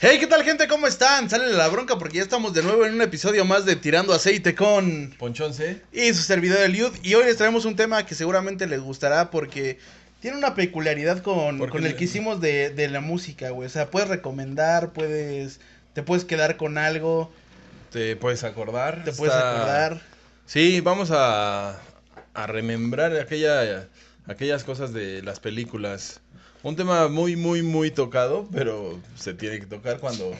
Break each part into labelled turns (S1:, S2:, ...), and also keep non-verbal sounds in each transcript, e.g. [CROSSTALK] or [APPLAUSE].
S1: Hey, ¿qué tal gente? ¿Cómo están? Sale la bronca porque ya estamos de nuevo en un episodio más de Tirando Aceite con
S2: Ponchonce.
S1: y su servidor Eliud. Y hoy les traemos un tema que seguramente les gustará porque tiene una peculiaridad con,
S2: Porque
S1: con el
S2: le-
S1: que hicimos de, de la música, güey. O sea, puedes recomendar, puedes... Te puedes quedar con algo,
S2: Te puedes acordar.
S1: te puedes
S2: Está-
S1: acordar.
S2: Sí, vamos a, a remembrar aquella, aquellas cosas de las películas. Un tema muy, muy, muy tocado, pero se tiene que tocar cuando,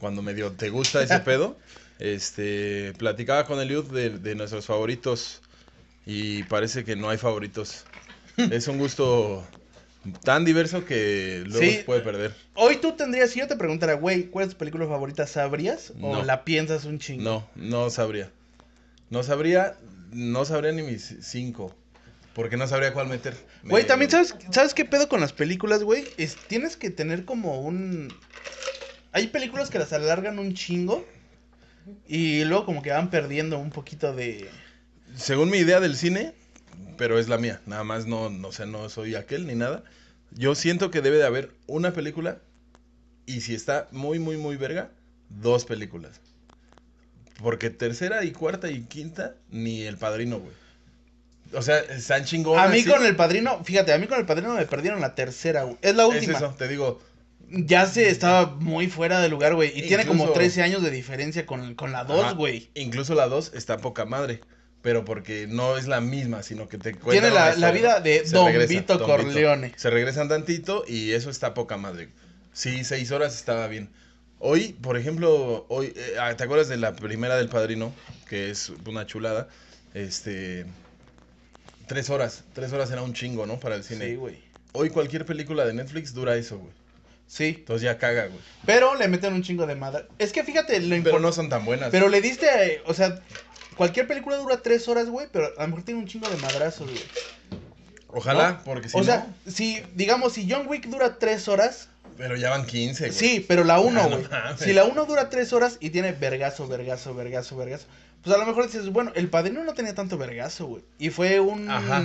S2: cuando medio te
S1: [LAUGHS]
S2: gusta ese pedo. Este, platicaba con Eliud de, de nuestros favoritos y parece que no
S1: [LAUGHS]
S2: hay favoritos. Es un gusto tan diverso que luego
S1: Sí.
S2: se puede perder.
S1: Hoy tú tendrías, si yo te preguntara, güey, ¿cuál es tu película favorita? ¿Sabrías? ¿O
S2: No.
S1: la piensas un chingo?
S2: No, no sabría. No sabría, no sabría ni mis cinco. Porque no sabría cuál meter.
S1: Güey,
S2: Me-
S1: también sabes, ¿sabes qué pedo con las películas, güey? Es- tienes que tener como un... Hay películas que las alargan un chingo y luego como que van perdiendo un poquito de...
S2: Según mi idea del cine, pero es la mía. Nada más no, no sé, no soy aquel ni nada. Yo siento que debe de haber una película y si está muy, muy, muy verga, dos películas. Porque tercera y cuarta y quinta, ni El Padrino, güey. O sea, están chingones.
S1: A mí con El Padrino, fíjate, a mí con El Padrino me perdieron la tercera, güey. Es la última.
S2: Es eso, te digo,
S1: Ya se estaba muy fuera de lugar, güey. Y tiene como
S2: Incluso-
S1: 13 años de diferencia con, con la
S2: Ajá.
S1: 2, güey.
S2: Incluso la 2 está poca madre, pero porque no es la misma, sino que te cuenta.
S1: Tiene la-
S2: una historia.
S1: la vida de Don Vito
S2: Don
S1: Corleone.
S2: Se regresan tantito y eso está poca madre. Sí, seis horas estaba bien. Hoy, por ejemplo, hoy, eh, ah, ¿te acuerdas de la primera del Padrino? Que es una chulada. Este, tres horas, tres horas era un chingo, ¿no? Para el cine.
S1: Sí, güey.
S2: hoy cualquier película de Netflix dura eso, güey.
S1: Sí.
S2: Entonces ya caga, güey.
S1: Pero le meten un chingo de madre. Es que fíjate lo
S2: Pero
S1: importante.
S2: no son tan buenas.
S1: Pero le diste, eh, o sea, cualquier película dura tres horas, güey, pero a lo mejor tiene un chingo de madrazos, güey.
S2: Ojalá,
S1: ¿no?
S2: porque si
S1: O
S2: no-
S1: sea, si, digamos, si John Wick dura tres horas,
S2: pero ya van 15, güey.
S1: sí, pero la uno,
S2: Ah, no
S1: güey.
S2: mames.
S1: si la uno dura tres horas y tiene vergazo, vergazo, vergazo, vergazo, pues a lo mejor dices, bueno, el padrino no tenía tanto vergazo, güey. Y fue un.
S2: Ajá.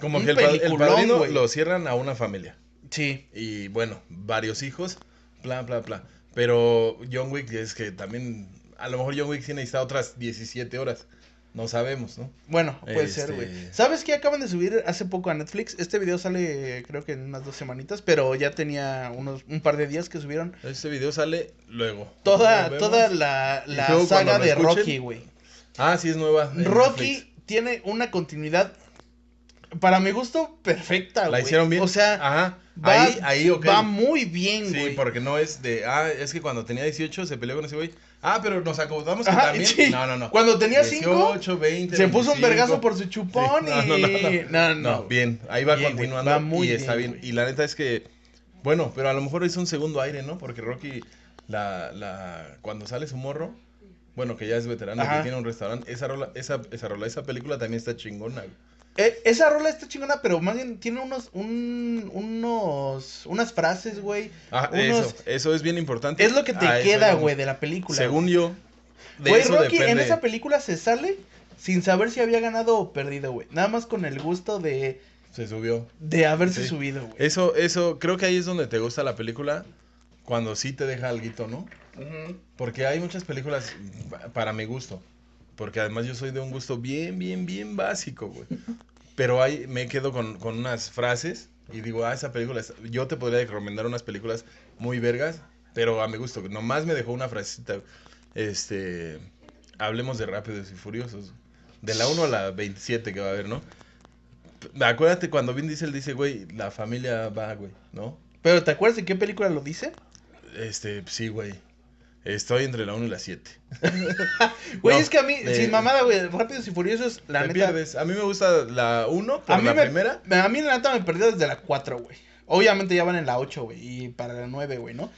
S2: Como
S1: un
S2: que el, pa- el
S1: peliculón,
S2: padrino
S1: güey.
S2: lo cierran a una familia.
S1: Sí.
S2: Y bueno, varios hijos, bla, bla, bla. Pero John Wick es que también, a lo mejor John Wick sí necesita otras 17 horas. No sabemos, ¿no?
S1: Bueno, puede
S2: Este-
S1: ser, güey. ¿Sabes qué acaban de subir hace poco a Netflix? Este video sale, creo que en unas dos semanitas, pero ya tenía unos un par de días que subieron
S2: Este video sale luego. Nos
S1: Toda,
S2: vemos.
S1: toda la,
S2: Y
S1: la
S2: luego
S1: saga
S2: cuando
S1: de
S2: lo escuchen,
S1: Rocky, güey.
S2: Ah, sí, es nueva. en Netflix.
S1: Rocky tiene una continuidad, para mi gusto, perfecta,
S2: La
S1: ah, güey.
S2: hicieron bien.
S1: O sea,
S2: Ajá.
S1: va,
S2: ahí, ahí, ok.
S1: va muy bien,
S2: Sí,
S1: güey.
S2: porque no es de. Ah, es que cuando tenía 18 se peleó con ese güey. Ah, pero nos acomodamos que
S1: Ajá,
S2: también.
S1: sí.
S2: No, no, no.
S1: Cuando tenía 5,
S2: 18, 20.
S1: se puso un
S2: 25.
S1: vergazo por su
S2: Sí,
S1: chupón
S2: no,
S1: y...
S2: no, no, no. No,
S1: güey.
S2: bien, ahí va
S1: Bien, güey,
S2: continuando
S1: va muy
S2: y está
S1: bien,
S2: bien.
S1: güey.
S2: Y la neta es que, bueno, pero a lo mejor es un segundo aire, ¿no? Porque Rocky, la, la, cuando sale su morro, bueno, que ya es veterano,
S1: Ajá.
S2: que tiene un restaurante, esa rola, esa, esa rola, esa película también está chingona. güey.
S1: Eh, esa rola está chingona, pero más bien tiene unos, un- unos, unas frases, güey.
S2: Ah,
S1: unos-
S2: eso, eso es bien importante.
S1: Es lo que te
S2: A Ah, eso
S1: queda,
S2: íbamos.
S1: güey, de la película. güey.
S2: Según yo, de
S1: Güey,
S2: eso
S1: Rocky
S2: depende.
S1: en esa película se sale sin saber si había ganado o perdido, güey. Nada más con el gusto de,
S2: se subió.
S1: de haberse
S2: Sí. Eh.
S1: subido, güey.
S2: Eso, eso, creo que ahí es donde te gusta la película, cuando sí te deja alguito, ¿no? Porque hay muchas películas pa- para mi gusto. Porque además yo soy de un gusto bien, bien, bien básico, güey. Pero ahí me quedo con, con unas frases y digo, ah, esa película, es- yo te podría recomendar unas películas muy vergas, pero a mi gusto. Nomás me dejó una frasecita. Este, hablemos de Rápidos y Furiosos. De la 1 a la 27 que va a haber, ¿no? P- Acuérdate cuando Vin Diesel dice, güey, la familia va, güey, ¿no?
S1: Pero ¿te acuerdas de qué película lo dice?
S2: Este, sí, güey. Estoy entre la 1 y la 7.
S1: [LAUGHS] Güey,
S2: No,
S1: es que a mí,
S2: de-
S1: sin mamada, güey, Rápidos y Furiosos, la
S2: te
S1: neta.
S2: pierdes. A mí me gusta la 1 por
S1: a mí
S2: la
S1: me,
S2: primera.
S1: A mí la neta me perdió desde la 4, güey. Obviamente ya van en la 8, güey, y para la 9, güey, ¿no?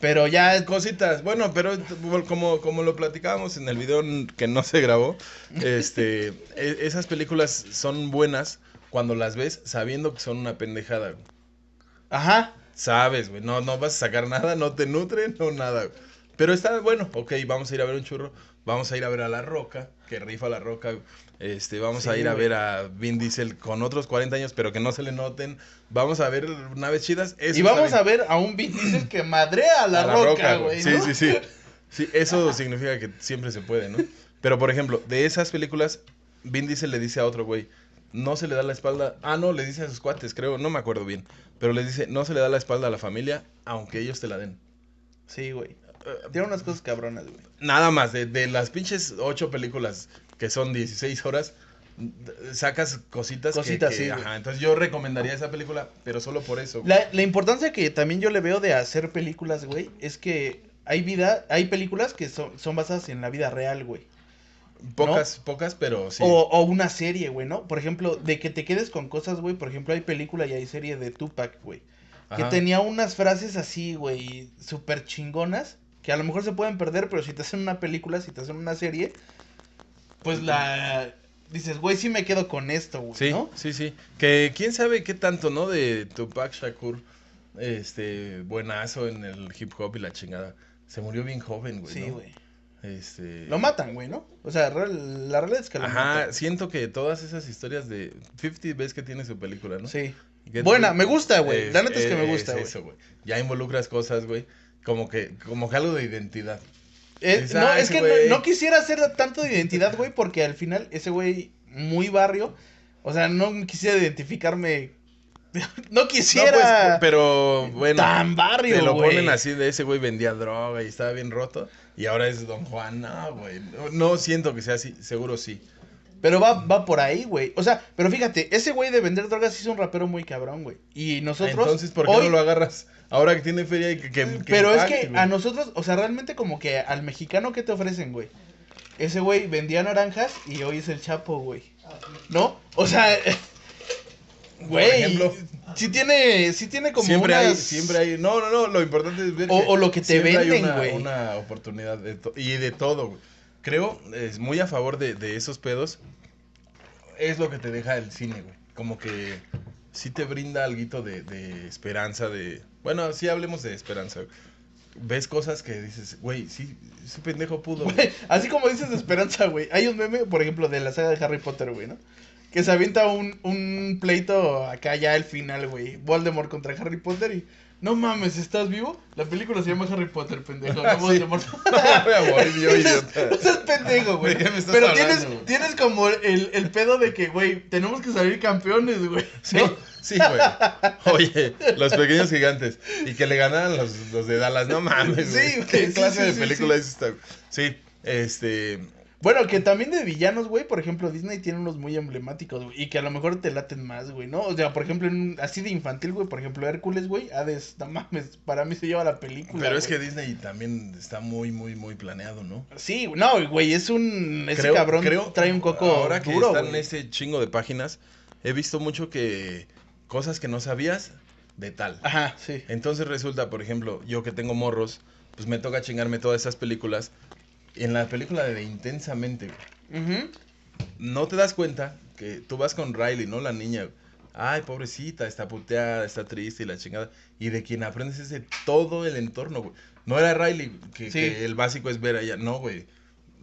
S1: Pero ya
S2: Cositas, bueno, pero t- como, como lo platicábamos en el video n- que no se grabó, este, e- esas películas son buenas cuando las ves sabiendo que son una pendejada. güey.
S1: ajá.
S2: Sabes, güey, no, no vas a sacar nada, no te nutren, no nada. güey. Pero está bueno, ok, vamos a ir a ver un churro, Vamos a ir a ver a La Roca, que rifa La Roca. Este, vamos sí, a ir a ver a Vin Diesel con otros 40 años, pero que no se le noten. Vamos a ver naves chidas.
S1: y vamos a ver a un Vin Diesel que madrea a La, a la Roca, güey.
S2: ¿no? Sí, sí, sí. Sí, eso significa que siempre se puede, ¿no? Pero, por ejemplo, de esas películas, Vin Diesel le dice a otro güey, no se le da la espalda. Ah, no, le dice a sus cuates, creo, no me acuerdo bien. Pero les dice, no se le da la espalda a la familia, aunque ellos te la den. Eh,
S1: Sí, güey. Tiene unas cosas cabronas, güey.
S2: Nada más, de, de las pinches ocho películas que son 16 horas, sacas cositas.
S1: Cositas,
S2: que,
S1: sí.
S2: que-
S1: güey.
S2: ajá, entonces yo recomendaría esa película, pero solo por eso. güey.
S1: La, la importancia que también yo le veo de hacer películas, güey, es que hay vida, hay películas que son, son basadas en la vida real, güey.
S2: Pocas, pocas, pero sí.
S1: O, o una serie, güey, ¿no? Por ejemplo, de que te quedes con cosas, güey. Por ejemplo, hay película y hay serie de Tupac, güey. Que
S2: Ajá.
S1: tenía unas frases así, güey, súper chingonas. Que a lo mejor se pueden perder, pero si te hacen una película, si te hacen una serie, pues la... Dices, güey, sí me quedo con esto, güey,
S2: Sí,
S1: ¿no?
S2: sí, sí. Que quién sabe qué tanto, ¿no? De Tupac Shakur, este, buenazo en el hip hop y la chingada. Se murió bien joven, güey.
S1: sí,
S2: ¿no?
S1: güey.
S2: Este...
S1: Lo matan, güey, ¿no? O sea, real- la realidad es que lo
S2: Ajá,
S1: matan.
S2: siento que todas esas historias de 50 ves que tiene su película, ¿no?
S1: Sí.
S2: Que- eh,
S1: Buena, me gusta, güey. La neta es que me gusta, güey.
S2: eso, güey. Ya involucras cosas, güey. Como que, como que algo de identidad.
S1: Eh,
S2: Dices,
S1: no,
S2: "Ah,
S1: es
S2: ese
S1: que no,
S2: güey".
S1: no quisiera hacer tanto de identidad, güey, porque al final ese güey muy barrio, o sea, no quisiera identificarme, [LAUGHS] no
S2: No, pues,
S1: quisiera
S2: pero bueno.
S1: tan barrio,
S2: Te lo
S1: güey.
S2: ponen así de ese güey vendía droga y estaba bien roto. Y ahora es Don Juan. No, güey. No, no siento que sea así. Seguro sí.
S1: Pero va, va por ahí, güey. O sea, pero fíjate, ese güey de vender drogas hizo un rapero muy cabrón, güey. Y nosotros
S2: Ah, Entonces, ¿por qué
S1: hoy-
S2: no lo agarras ahora que tiene feria y que... que- que
S1: Pero es
S2: impacte,
S1: que
S2: güey?
S1: a nosotros, o sea, realmente como que al mexicano que te ofrecen, güey. Ese güey vendía naranjas y hoy es el Chapo, güey. ¿No? O sea, [LAUGHS]
S2: Por
S1: güey,
S2: ejemplo.
S1: sí tiene sí tiene como
S2: siempre hay,
S1: unas-
S2: siempre hay. No, no, no. Lo importante es ver.
S1: O- o lo que te
S2: siempre hay
S1: venden,
S2: una-
S1: güey.
S2: Una oportunidad de to- y de todo, güey. Creo, es muy a favor de, de esos pedos. Es lo que te deja el cine, güey. Como que sí te brinda algo de, de esperanza, de. Bueno, sí hablemos de esperanza, güey. Ves cosas que dices, güey, sí, ese pendejo
S1: [LAUGHS]
S2: pudo. güey".
S1: [LAUGHS]
S2: [LAUGHS]
S1: Güey, Así como dices de esperanza, güey. Hay un meme, por ejemplo, de la saga de Harry Potter, güey, ¿no? Que se avienta un, un pleito acá ya al final, güey. Voldemort contra Harry Potter y... No mames, ¿estás vivo? La película se llama Harry Potter, pendejo. No
S2: [LAUGHS] Sí.
S1: Voldemort.
S2: Voy a morir yo, idiota.
S1: No seas pendejo, güey.
S2: ¿De qué me estás
S1: Pero
S2: hablando,
S1: tienes,
S2: güey?
S1: tienes como el, el pedo de que, güey, tenemos que salir campeones, güey.
S2: Sí,
S1: ¿no?
S2: sí, güey. Oye, los pequeños gigantes. Y que le ganaran los, los de Dallas. No mames, güey.
S1: Sí, güey,
S2: ¿Qué
S1: sí,
S2: clase
S1: sí,
S2: de
S1: sí,
S2: película
S1: sí.
S2: es esta? Sí, este.
S1: Bueno, que también de villanos, güey, por ejemplo, Disney tiene unos muy emblemáticos, güey, y que a lo mejor te laten más, güey, ¿no? O sea, por ejemplo, en un- así de infantil, güey, por ejemplo, Hércules, güey, Hades, no mames, para mí se lleva la película.
S2: Pero es que
S1: güey.
S2: Disney también está muy, muy, muy planeado, ¿no?
S1: Sí, no, güey, es un... Ese cabrón trae un coco
S2: Ahora que
S1: duro,
S2: están
S1: güey.
S2: este chingo de páginas, he visto mucho que. Cosas que no sabías de tal.
S1: Ajá, sí.
S2: Entonces resulta, por ejemplo, yo que tengo morros, pues me toca chingarme todas esas películas. En la película de Intensamente, güey.
S1: Ujú.
S2: no te das cuenta que tú vas con Riley, ¿no? La niña. Ay, pobrecita, está puteada, está triste y la chingada. Y de quien aprendes es de todo el entorno, güey. No era Riley, que,
S1: Sí.
S2: que el básico es ver allá. No, güey.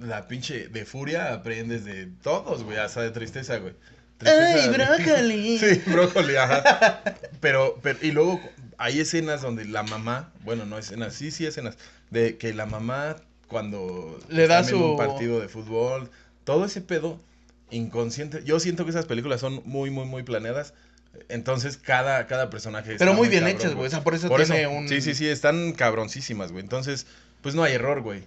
S2: La pinche de furia aprendes de todos, güey. Hasta de tristeza, güey.
S1: ¡Ay,
S2: Tristeza-
S1: brócoli!
S2: Sí, [LAUGHS] brócoli, ajá. Pero, pero, y luego hay escenas donde la mamá, bueno, no escenas, sí, sí escenas, de que la mamá cuando
S1: Le
S2: está
S1: da
S2: viendo un
S1: su-
S2: partido de fútbol, todo ese pedo inconsciente. Yo siento que esas películas son muy, muy, muy planeadas. Entonces, cada, cada personaje está
S1: Pero muy bien
S2: cabrón,
S1: hechas, güey, o sea, por eso tiene un-
S2: Sí, sí, sí, están cabroncísimas, güey. Entonces, pues no hay error, güey.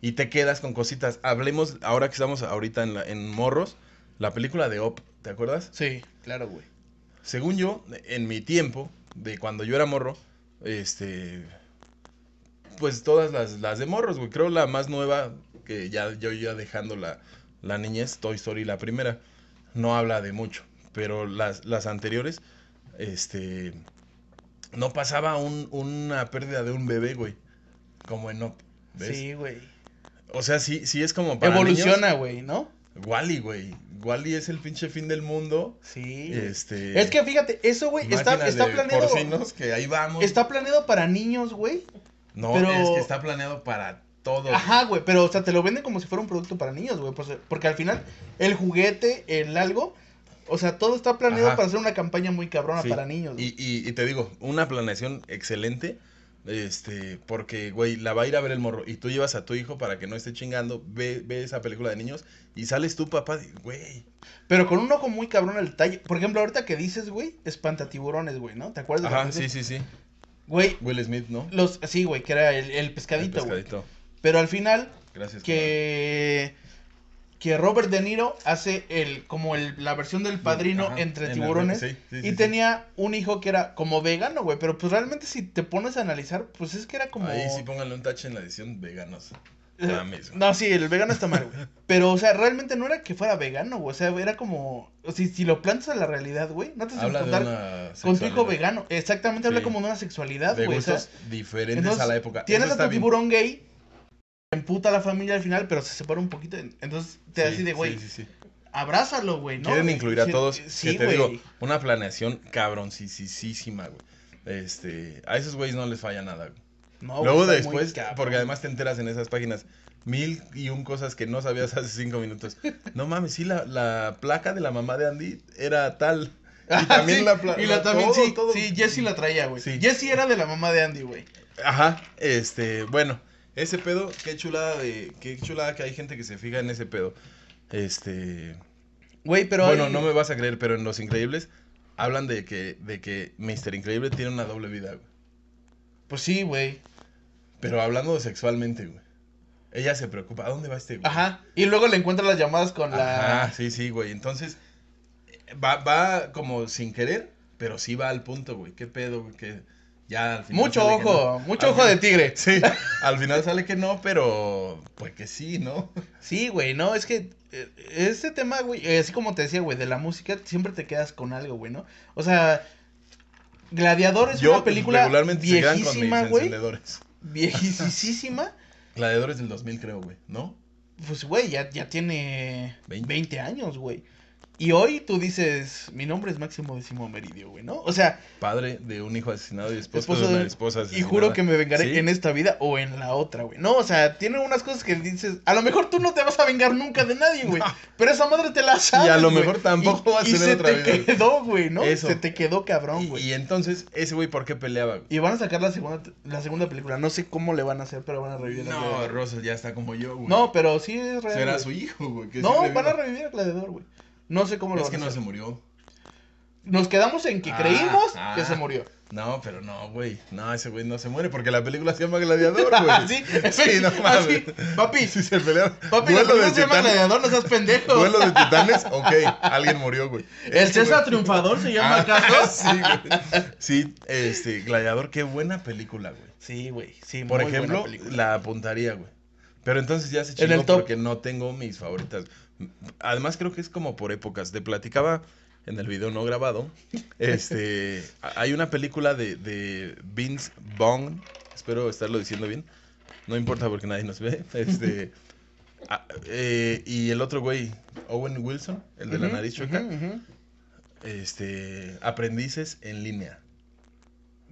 S2: Y te quedas con cositas. Hablemos, ahora que estamos ahorita en, la- en Morros, la película de Op, ¿te acuerdas?
S1: Sí, claro, güey.
S2: Según yo, en mi tiempo, de cuando yo era morro, este. Pues todas las, las de morros, güey. Creo la más nueva, que ya yo ya dejando la, la niñez, Toy Story, la primera, no habla de mucho. Pero las, las anteriores, este. No pasaba un- una pérdida de un bebé, güey. Como en Up. ¿Ves?
S1: Sí, güey.
S2: O sea, sí, sí es como para.
S1: Evoluciona, güey, ¿no?
S2: Wally, güey. Wally es el pinche fin del mundo.
S1: Sí. güey.
S2: Este.
S1: Es que fíjate, eso, güey, está,
S2: Máquinas
S1: está
S2: de
S1: planeado...
S2: porcinos, que ahí vamos.
S1: Está planeado para niños, güey.
S2: no,
S1: pero-
S2: es que está planeado para todo. güey.
S1: Ajá, güey, pero o sea, te lo venden como si fuera un producto para niños, güey. pues, Porque al final, el juguete, el algo, o sea, todo está planeado
S2: Ajá.
S1: para hacer una campaña muy cabrona
S2: Sí,
S1: para niños. güey.
S2: Y, y- y te digo, una planeación excelente. Este, porque, güey, la va a ir a ver el morro. Y tú llevas a tu hijo para que no esté chingando. Ve, ve esa película de niños. Y sales tú, papá. de- Güey.
S1: Pero con un ojo muy cabrón al detalle. Por ejemplo, ahorita que dices, güey, espantatiburones, güey, ¿no? ¿Te acuerdas de
S2: Ajá,
S1: los-
S2: sí, sí, sí.
S1: Güey,
S2: Will Smith, ¿no?
S1: los. Sí, güey, que era el, el
S2: El
S1: pescadito, güey. Pero al final,
S2: Gracias.
S1: que. Que Robert De Niro hace el como el, la versión del padrino
S2: Ajá,
S1: entre
S2: en el-
S1: tiburones.
S2: sí, sí,
S1: y
S2: sí, sí.
S1: tenía un hijo que era como vegano, güey. Pero pues realmente si te pones a analizar, pues es que era como.
S2: Ahí sí pónganle un tache en la edición veganos.
S1: Eh,
S2: Mames, güey.
S1: No, sí, el vegano está mal,
S2: [LAUGHS]
S1: güey. Pero, o sea, realmente no era que fuera vegano, güey. O sea, era como. o si, si lo plantas a la realidad, güey, no te vas a
S2: Habla de
S1: encontrar
S2: una.
S1: con tu hijo
S2: sexualidad,
S1: vegano. Exactamente, habla
S2: Sí.
S1: como de una sexualidad,
S2: De
S1: güey. o sea,
S2: gustos diferentes a la época.
S1: Tienes a
S2: Eso está
S1: tu
S2: bien.
S1: tiburón gay, emputa a la familia al final, pero se separa un poquito. Entonces te da
S2: Sí,
S1: así de, güey,
S2: sí, sí, sí.
S1: abrázalo, güey, ¿no?
S2: Quieren incluir a
S1: Sí,
S2: todos.
S1: Sí,
S2: que te
S1: güey.
S2: digo, una planeación cabroncísima, güey. Este, a esos güeyes no les falla nada. güey.
S1: No, güey,
S2: Luego
S1: está muy
S2: después,
S1: cabrón.
S2: porque además te enteras en esas páginas mil y un cosas que no sabías hace cinco minutos. No mames, sí, la, la placa de la mamá de Andy era tal.
S1: [LAUGHS] [LAUGHS] Ah,
S2: Y también
S1: sí,
S2: la pla-
S1: y la también,
S2: todo,
S1: sí,
S2: todo.
S1: sí, Jessie la traía, güey.
S2: Sí.
S1: Jessie era de la mamá de Andy, güey.
S2: Ajá, este, bueno, ese pedo, qué chulada de, qué chulada que hay gente que se fija en ese pedo. Este,
S1: Güey, pero...
S2: bueno,
S1: hay-
S2: no me vas a creer, pero en Los Increíbles hablan de que, de que Mr. Increíble tiene una doble vida, güey.
S1: Pues sí, güey.
S2: Pero hablando de sexualmente, güey. Ella se preocupa, ¿a dónde va este güey?
S1: Ajá. Y luego le encuentra las llamadas con la...
S2: Ajá, sí, sí, güey. Entonces, eh, va, va como sin querer, pero sí va al punto, güey. ¿Qué pedo, güey? Que ya al final
S1: Mucho
S2: sale que
S1: ojo,
S2: no.
S1: mucho
S2: Al
S1: ojo de
S2: final-
S1: tigre.
S2: Sí, [LAUGHS] al final sale que no, pero pues que sí, ¿no?
S1: Sí, güey, no, es que eh, este tema, güey, eh, así como te decía, güey, de la música, siempre te quedas con algo, güey, ¿no? O sea, Gladiador es
S2: Yo
S1: una película
S2: regularmente se quedan con mis
S1: viejísima, güey,
S2: encendedores. [LAUGHS]
S1: viejísima,
S2: Gladiadores del 2000, creo, güey, ¿no?
S1: pues, güey, ya, ya tiene
S2: Veinte.
S1: 20. años, güey. Y hoy tú dices, mi nombre es Máximo Décimo Meridio, güey, ¿no? O sea,
S2: Padre de un hijo asesinado y esposo,
S1: Esposo
S2: de
S1: de-
S2: una esposa
S1: y
S2: asesinada.
S1: juro que me vengaré
S2: Sí.
S1: en esta vida o en la otra, güey. No, o sea, tiene unas cosas que dices, a lo mejor tú no te vas a vengar nunca de nadie, güey. Pero esa madre te la sabes.
S2: Y a lo
S1: güey.
S2: mejor tampoco
S1: Y-
S2: vas a
S1: y
S2: tener
S1: se
S2: otra
S1: te
S2: vida.
S1: quedó, güey, ¿no?
S2: Eso.
S1: Se te quedó cabrón,
S2: Y,
S1: güey.
S2: y
S1: Y,
S2: entonces, ese güey, ¿por qué peleaba, güey?
S1: van a sacar la segunda, la segunda película. No sé cómo le van a hacer, pero van a revivir. a
S2: No,
S1: Gladiador.
S2: Russell ya está como yo, güey.
S1: no, pero sí es real.
S2: Será
S1: güey.
S2: su hijo, güey. que
S1: No,
S2: siempre
S1: van a
S2: vivo.
S1: revivir a Gladiador, güey. No sé cómo lo
S2: Es
S1: van
S2: que
S1: a
S2: no se
S1: hacer.
S2: murió.
S1: Nos quedamos en que
S2: Ah,
S1: creímos
S2: ah.
S1: que se murió.
S2: No, pero no, güey. No, ese güey no se muere porque la película se
S1: [LAUGHS]
S2: llama Gladiador, güey. [LAUGHS]
S1: sí,
S2: sí, no mames.
S1: Papi,
S2: Sí, se pelearon.
S1: papi, la
S2: Duelo de
S1: película se llama
S2: titanes.
S1: Gladiador, no seas pendejo.
S2: Duelo de titanes, ok. Alguien murió, güey.
S1: El
S2: Este
S1: César
S2: güey-
S1: Triunfador se llama
S2: Ah, [LAUGHS]
S1: acaso.
S2: Sí, güey. Sí, este, Gladiador, qué buena película, güey.
S1: Sí, güey. Sí,
S2: Por
S1: muy buena
S2: ejemplo,
S1: película.
S2: la apuntaría, güey. Pero entonces ya se
S1: En
S2: chingó
S1: el top.
S2: porque no tengo mis favoritas. Además, creo que es como por épocas. Te platicaba en el video no
S1: [LAUGHS]
S2: grabado. Este, a- hay una película de, de Vince Vaughn. Espero estarlo diciendo bien. No importa porque nadie nos ve. [LAUGHS] Este, a- eh, y el otro güey, Owen Wilson, el de la
S1: Ujú,
S2: nariz chueca.
S1: ujú, ujú.
S2: Este, aprendices en línea.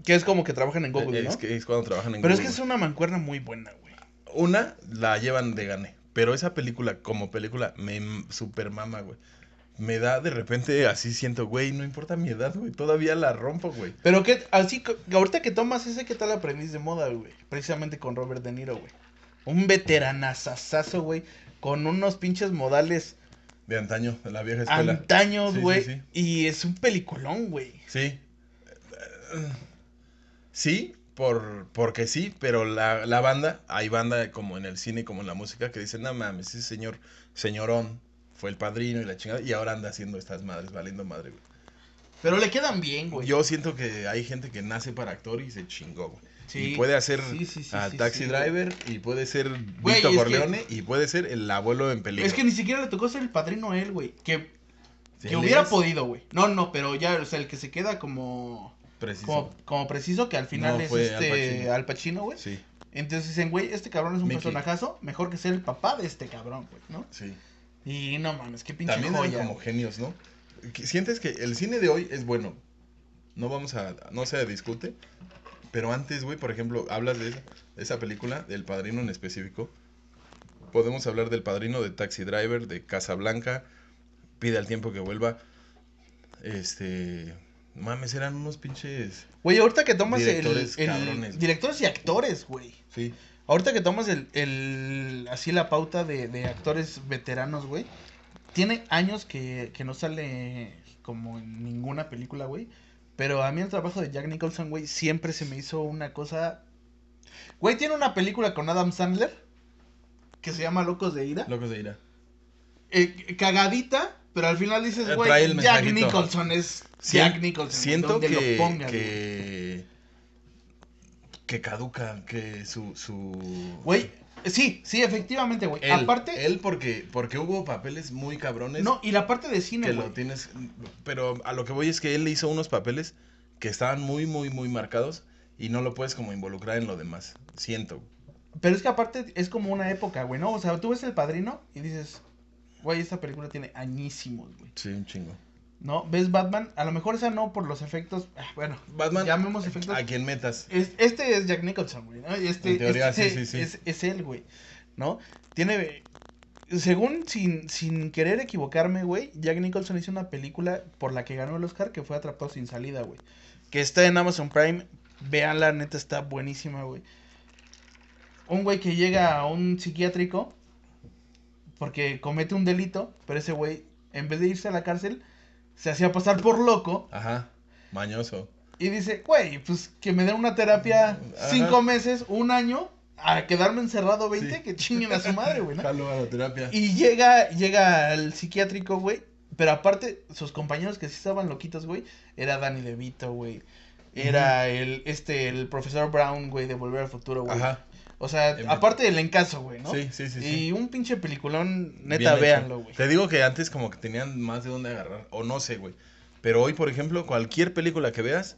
S1: Que es como que trabajan en Google,
S2: es,
S1: ¿no?
S2: que es cuando trabajan en
S1: Pero es
S2: Google,
S1: que es una mancuerna muy buena, güey.
S2: Una la llevan de gané, pero esa película como película me m- super mama, güey. Me da de repente así siento, güey, no importa mi edad, güey, todavía la rompo, güey.
S1: Pero que, así, que- ahorita que tomas ese, ¿qué tal aprendiz de moda, güey? Precisamente con Robert De Niro, güey. Un veteranazazazo, güey. Con unos pinches modales
S2: De antaño, de la vieja escuela.
S1: antaños,
S2: Sí, sí,
S1: güey.
S2: sí.
S1: Y es un peliculón, güey.
S2: Sí. Sí, por, porque sí, pero la, la banda, hay banda como en el cine, como en la música, que dicen, no mames, ese señor, señorón, fue el padrino y la chingada, y ahora anda haciendo estas madres, valiendo madre, güey.
S1: Pero le quedan bien, güey.
S2: Yo siento que hay gente que nace para actor y se chingó, güey.
S1: Sí.
S2: Y puede hacer
S1: Sí, sí, sí,
S2: a
S1: sí, sí,
S2: Taxi Driver y puede ser
S1: Güey,
S2: Vito
S1: es que-
S2: Corleone y puede ser el abuelo en peligro.
S1: Es que ni siquiera le tocó ser el padrino a él, güey. Que,
S2: Sí,
S1: que hubiera
S2: es
S1: podido, güey. No, no, pero ya, o sea, el que se queda como...
S2: preciso.
S1: como, como preciso que al final
S2: No,
S1: es
S2: fue Al
S1: este
S2: Pacino.
S1: Al Pacino, güey.
S2: Sí,
S1: Entonces dicen, güey, este cabrón es un
S2: Mickey.
S1: personajazo, mejor que sea el papá de este cabrón, güey, ¿no?
S2: sí.
S1: Y no mames, qué pinche
S2: También hay
S1: joya.
S2: como genios, ¿no? Que- Sientes que el cine de hoy es bueno. No vamos a, no se discute, Pero antes, güey, por ejemplo, hablas de esa, de esa película, del padrino en específico. Podemos hablar del padrino, de Taxi Driver, de Casablanca, Pide al tiempo que vuelva. Este. Mames, eran unos pinches.
S1: Güey, ahorita que tomas el-
S2: Directores
S1: el,
S2: cabrones.
S1: Directores y actores, güey.
S2: Sí.
S1: Ahorita que tomas el, el- así la pauta de, de actores veteranos, güey. Tiene años que, que no sale como en ninguna película, güey. Pero a mí el trabajo de Jack Nicholson, güey, siempre se me hizo una cosa... Güey, tiene una película con Adam Sandler que se llama Locos de Ira.
S2: Locos de ira.
S1: Eh, cagadita, pero al final dices,
S2: Eh,
S1: güey,
S2: trae el
S1: Jack
S2: mensajito.
S1: Nicholson es
S2: Sien-
S1: Jack Nicholson.
S2: Siento
S1: donde
S2: que,
S1: lo ponga, güey.
S2: que, que caduca, que su... su...
S1: Güey, sí, sí, efectivamente, güey.
S2: él,
S1: Aparte,
S2: Él porque, porque hubo papeles muy cabrones
S1: no, y la parte de cine,
S2: que
S1: güey.
S2: lo tienes... Pero a lo que voy es que él hizo unos papeles que estaban muy, muy, muy marcados y no lo puedes como involucrar en lo demás. Siento.
S1: Pero es que aparte es como una época, güey, ¿no? O sea, tú ves El Padrino y dices, güey, esta película tiene añísimos, güey.
S2: Sí, un chingo.
S1: ¿No? ¿Ves Batman? A lo mejor esa no por los efectos, ah, bueno,
S2: Batman,
S1: llamemos efectos.
S2: ¿a quién metas?
S1: Es- este es Jack Nicholson, güey, ¿no? Y Este,
S2: En teoría,
S1: este-
S2: sí, sí, sí.
S1: Es, es él, güey, ¿no? Tiene, según, sin, sin querer equivocarme, güey, Jack Nicholson hizo una película por la que ganó el Oscar que fue Atrapado sin salida, güey. Que está en Amazon Prime, véanla, neta, está buenísima, güey. Un güey que llega a un psiquiátrico porque comete un delito, pero ese güey, en vez de irse a la cárcel, se hacía pasar por loco
S2: Ajá, mañoso.
S1: y dice, güey, pues que me den una terapia
S2: Mm, Ajá.
S1: cinco meses, un año, a quedarme encerrado 20,
S2: Sí.
S1: que chinguen a su madre,
S2: [LAUGHS]
S1: güey. ¿no?
S2: Jalo a la terapia.
S1: Y llega, llega al psiquiátrico, güey. Pero aparte, sus compañeros que sí estaban loquitos, güey, era Danny DeVito, güey. Era el, este, el profesor Brown, güey, de Volver al Futuro, güey.
S2: Ajá,
S1: O sea,
S2: En-
S1: aparte del encaso, güey, ¿no?
S2: sí, sí, sí. sí.
S1: Y un pinche peliculón, neta,
S2: Bien
S1: véanlo,
S2: hecho.
S1: güey.
S2: Te digo que antes como que tenían más de dónde agarrar, o no sé, güey. Pero hoy, por ejemplo, cualquier película que veas,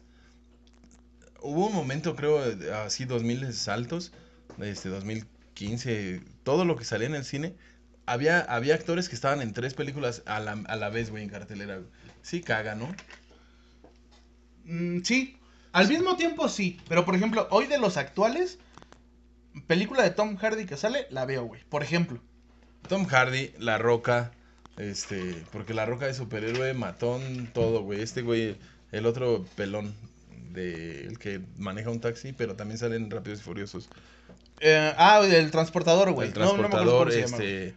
S2: hubo un momento, creo, así 2000 saltos, este 2015, todo lo que salía en el cine, había, había actores que estaban en tres películas a la, a la vez, güey, en cartelera. güey. Sí, caga, ¿no?
S1: Mm, sí, al mismo tiempo sí. Pero por ejemplo, hoy de los actuales, película de Tom Hardy que sale, la veo, güey. Por ejemplo.
S2: Tom Hardy, La Roca, este, porque La Roca es superhéroe, matón, todo, güey. Este güey, el otro pelón de el que maneja un taxi, pero también salen Rápidos y Furiosos.
S1: Eh, ah, el transportador, güey.
S2: el
S1: No, no me acuerdo cómo
S2: transportador,
S1: se llama, güey.
S2: este,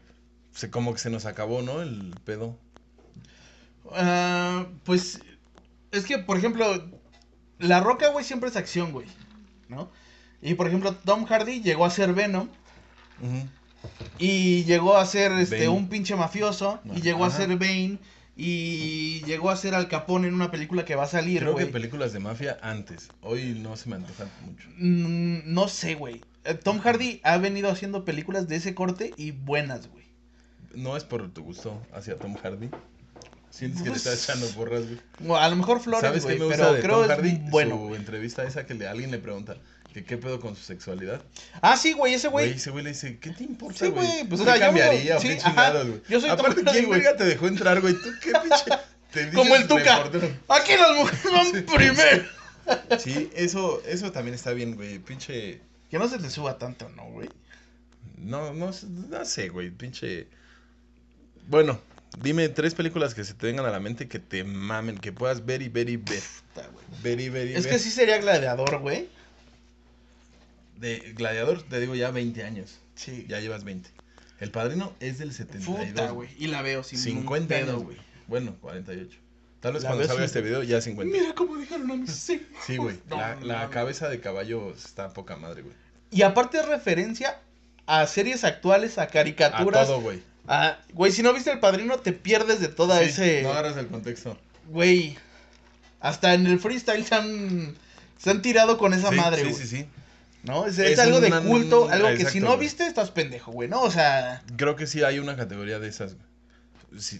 S2: se, como que se nos acabó, ¿no? El pedo.
S1: Ah, pues es que, por ejemplo, La Roca, güey, siempre es acción, güey. ¿No? Y por ejemplo, Tom Hardy llegó a ser Venom.
S2: Ujú.
S1: Y llegó a ser este,
S2: Bane.
S1: un pinche mafioso. Y
S2: Ajá.
S1: llegó a ser Bane. Y llegó a ser Al Capone en una película que va a salir,
S2: Creo
S1: güey.
S2: que películas de mafia antes. Hoy no se me antojan mucho.
S1: Mm, No sé, güey. Eh, Tom Hardy ha venido haciendo películas de ese corte y buenas, güey.
S2: No es por tu gusto hacia Tom Hardy. Sientes que le
S1: Pues,
S2: está echando porras, güey.
S1: Bueno, a lo mejor Flores,
S2: ¿Sabes
S1: güey,
S2: qué me
S1: pero
S2: gusta de
S1: creo
S2: Tom
S1: es
S2: Hardy?
S1: bueno.
S2: Su entrevista esa que le, alguien le pregunta que qué pedo con su sexualidad.
S1: Ah, sí, güey, ese
S2: Güey,
S1: güey.
S2: ese güey le dice, ¿qué te importa,
S1: Sí,
S2: güey?
S1: güey, pues,
S2: ¿Qué
S1: o sea, yo
S2: cambiaría
S1: no-
S2: o qué
S1: sí, ajá.
S2: chingados, güey?
S1: Yo soy Tom
S2: Aparte,
S1: Hardy,
S2: ¿quién
S1: güey.
S2: verga te dejó entrar, güey? ¿Tú
S1: [LAUGHS]
S2: qué pinche? te
S1: Como
S2: dices
S1: el Tuca.
S2: reportero?
S1: Aquí las
S2: [LAUGHS]
S1: mujeres
S2: Sí.
S1: van primero.
S2: Sí, eso, eso también está bien, güey. Pinche.
S1: Que no se te suba tanto, ¿no, güey?
S2: No, no, s- no sé, güey. Pinche. Bueno, dime tres películas que se te vengan a la mente que te mamen, que puedas ver y ver y ver.
S1: Puta, güey.
S2: Ver y ver y
S1: Es
S2: ver.
S1: que sí sería gladiador, güey.
S2: De Gladiador, te digo ya 20 años.
S1: Sí.
S2: Ya llevas 20. El padrino es del 72.
S1: Puta, güey. Y la veo sin ningún
S2: 50
S1: pedo,
S2: años, güey. Bueno, 48. Tal vez
S1: La
S2: cuando
S1: vez
S2: salga
S1: sí.
S2: este video ya 50.
S1: Mira cómo dejaron a mis hijos.
S2: Sí, güey.
S1: No,
S2: la la
S1: mames.
S2: cabeza de caballo está poca madre, güey.
S1: Y aparte es referencia a series actuales, a
S2: A
S1: caricaturas.
S2: todo, güey.
S1: a- Güey, si no viste El Padrino, te pierdes de toda
S2: Sí,
S1: ese...
S2: No agarras el contexto.
S1: Güey, hasta en el freestyle se han, se han tirado con esa
S2: Sí,
S1: madre,
S2: sí,
S1: güey.
S2: sí, sí.
S1: ¿No? Es,
S2: Es
S1: es algo de
S2: una-
S1: culto, algo que
S2: exacto,
S1: si no
S2: güey.
S1: viste estás pendejo, güey, ¿no? O sea,
S2: Creo que sí hay una categoría de esas. güey. Si,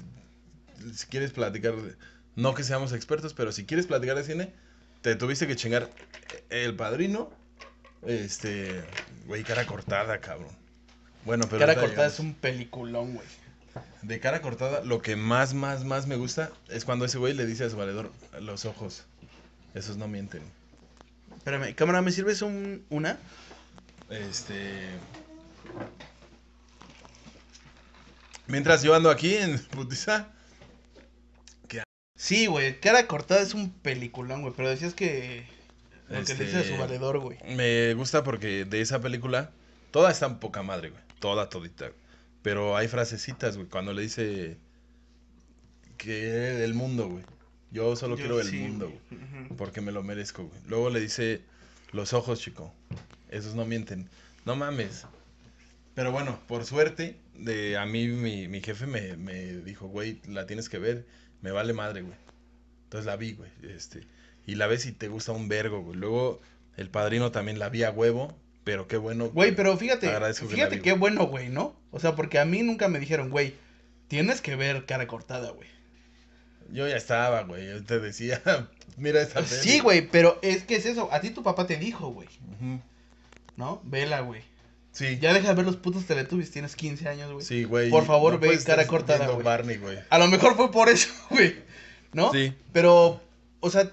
S2: si quieres platicar, de- no que seamos expertos, pero si quieres platicar de cine, te tuviste que chingar El Padrino, este, güey, cara cortada, cabrón. Bueno, pero
S1: Cara
S2: ahorita
S1: Cortada es
S2: llegamos.
S1: un peliculón, güey.
S2: de cara cortada, lo que más, más, más me gusta es cuando ese güey le dice a su valedor los ojos. Esos no mienten.
S1: Espérame, cámara, ¿me sirves un, una?
S2: Este. Mientras yo ando aquí en Putiza.
S1: Sí, güey, cara cortada es un peliculón, güey, pero decías que lo que
S2: Este-
S1: le dice a su valedor, güey.
S2: Me gusta porque de esa película. Toda está poca madre, güey. Toda, todita. güey. Pero hay frasecitas, güey. Cuando le dice. Que el mundo, güey. Yo solo
S1: Yo
S2: quiero el
S1: sí,
S2: mundo, güey.
S1: Ujú.
S2: Porque me lo merezco, güey. Luego le dice, los ojos, chico. Esos no mienten. No mames. Pero bueno, por suerte, de, a mí mi, mi jefe me, me dijo, güey, la tienes que ver. Me vale madre, güey. Entonces la vi, güey. Este, y la ves y te gusta un vergo, güey. Luego el padrino también la vi a huevo. Pero qué bueno.
S1: Güey, pero fíjate,
S2: Agradezco que la
S1: fíjate
S2: vi,
S1: qué
S2: güey.
S1: bueno, güey, ¿no? O sea, porque a mí nunca me dijeron, güey, tienes que ver cara cortada, güey.
S2: Yo ya estaba, güey. Yo te decía, [LAUGHS] mira esta peli.
S1: Sí, güey, pero es que es eso. A ti tu papá te dijo, güey,
S2: Ujú.
S1: ¿no? Vela, güey.
S2: Sí,
S1: Ya deja de ver los putos Teletubbies, tienes 15 años, güey.
S2: sí, güey.
S1: Por favor, ve
S2: puedes
S1: Cara
S2: estar
S1: Cortada,
S2: viendo
S1: güey.
S2: Barney, güey.
S1: A lo mejor fue por eso, [LAUGHS] güey. ¿No?
S2: Sí.
S1: Pero, o sea,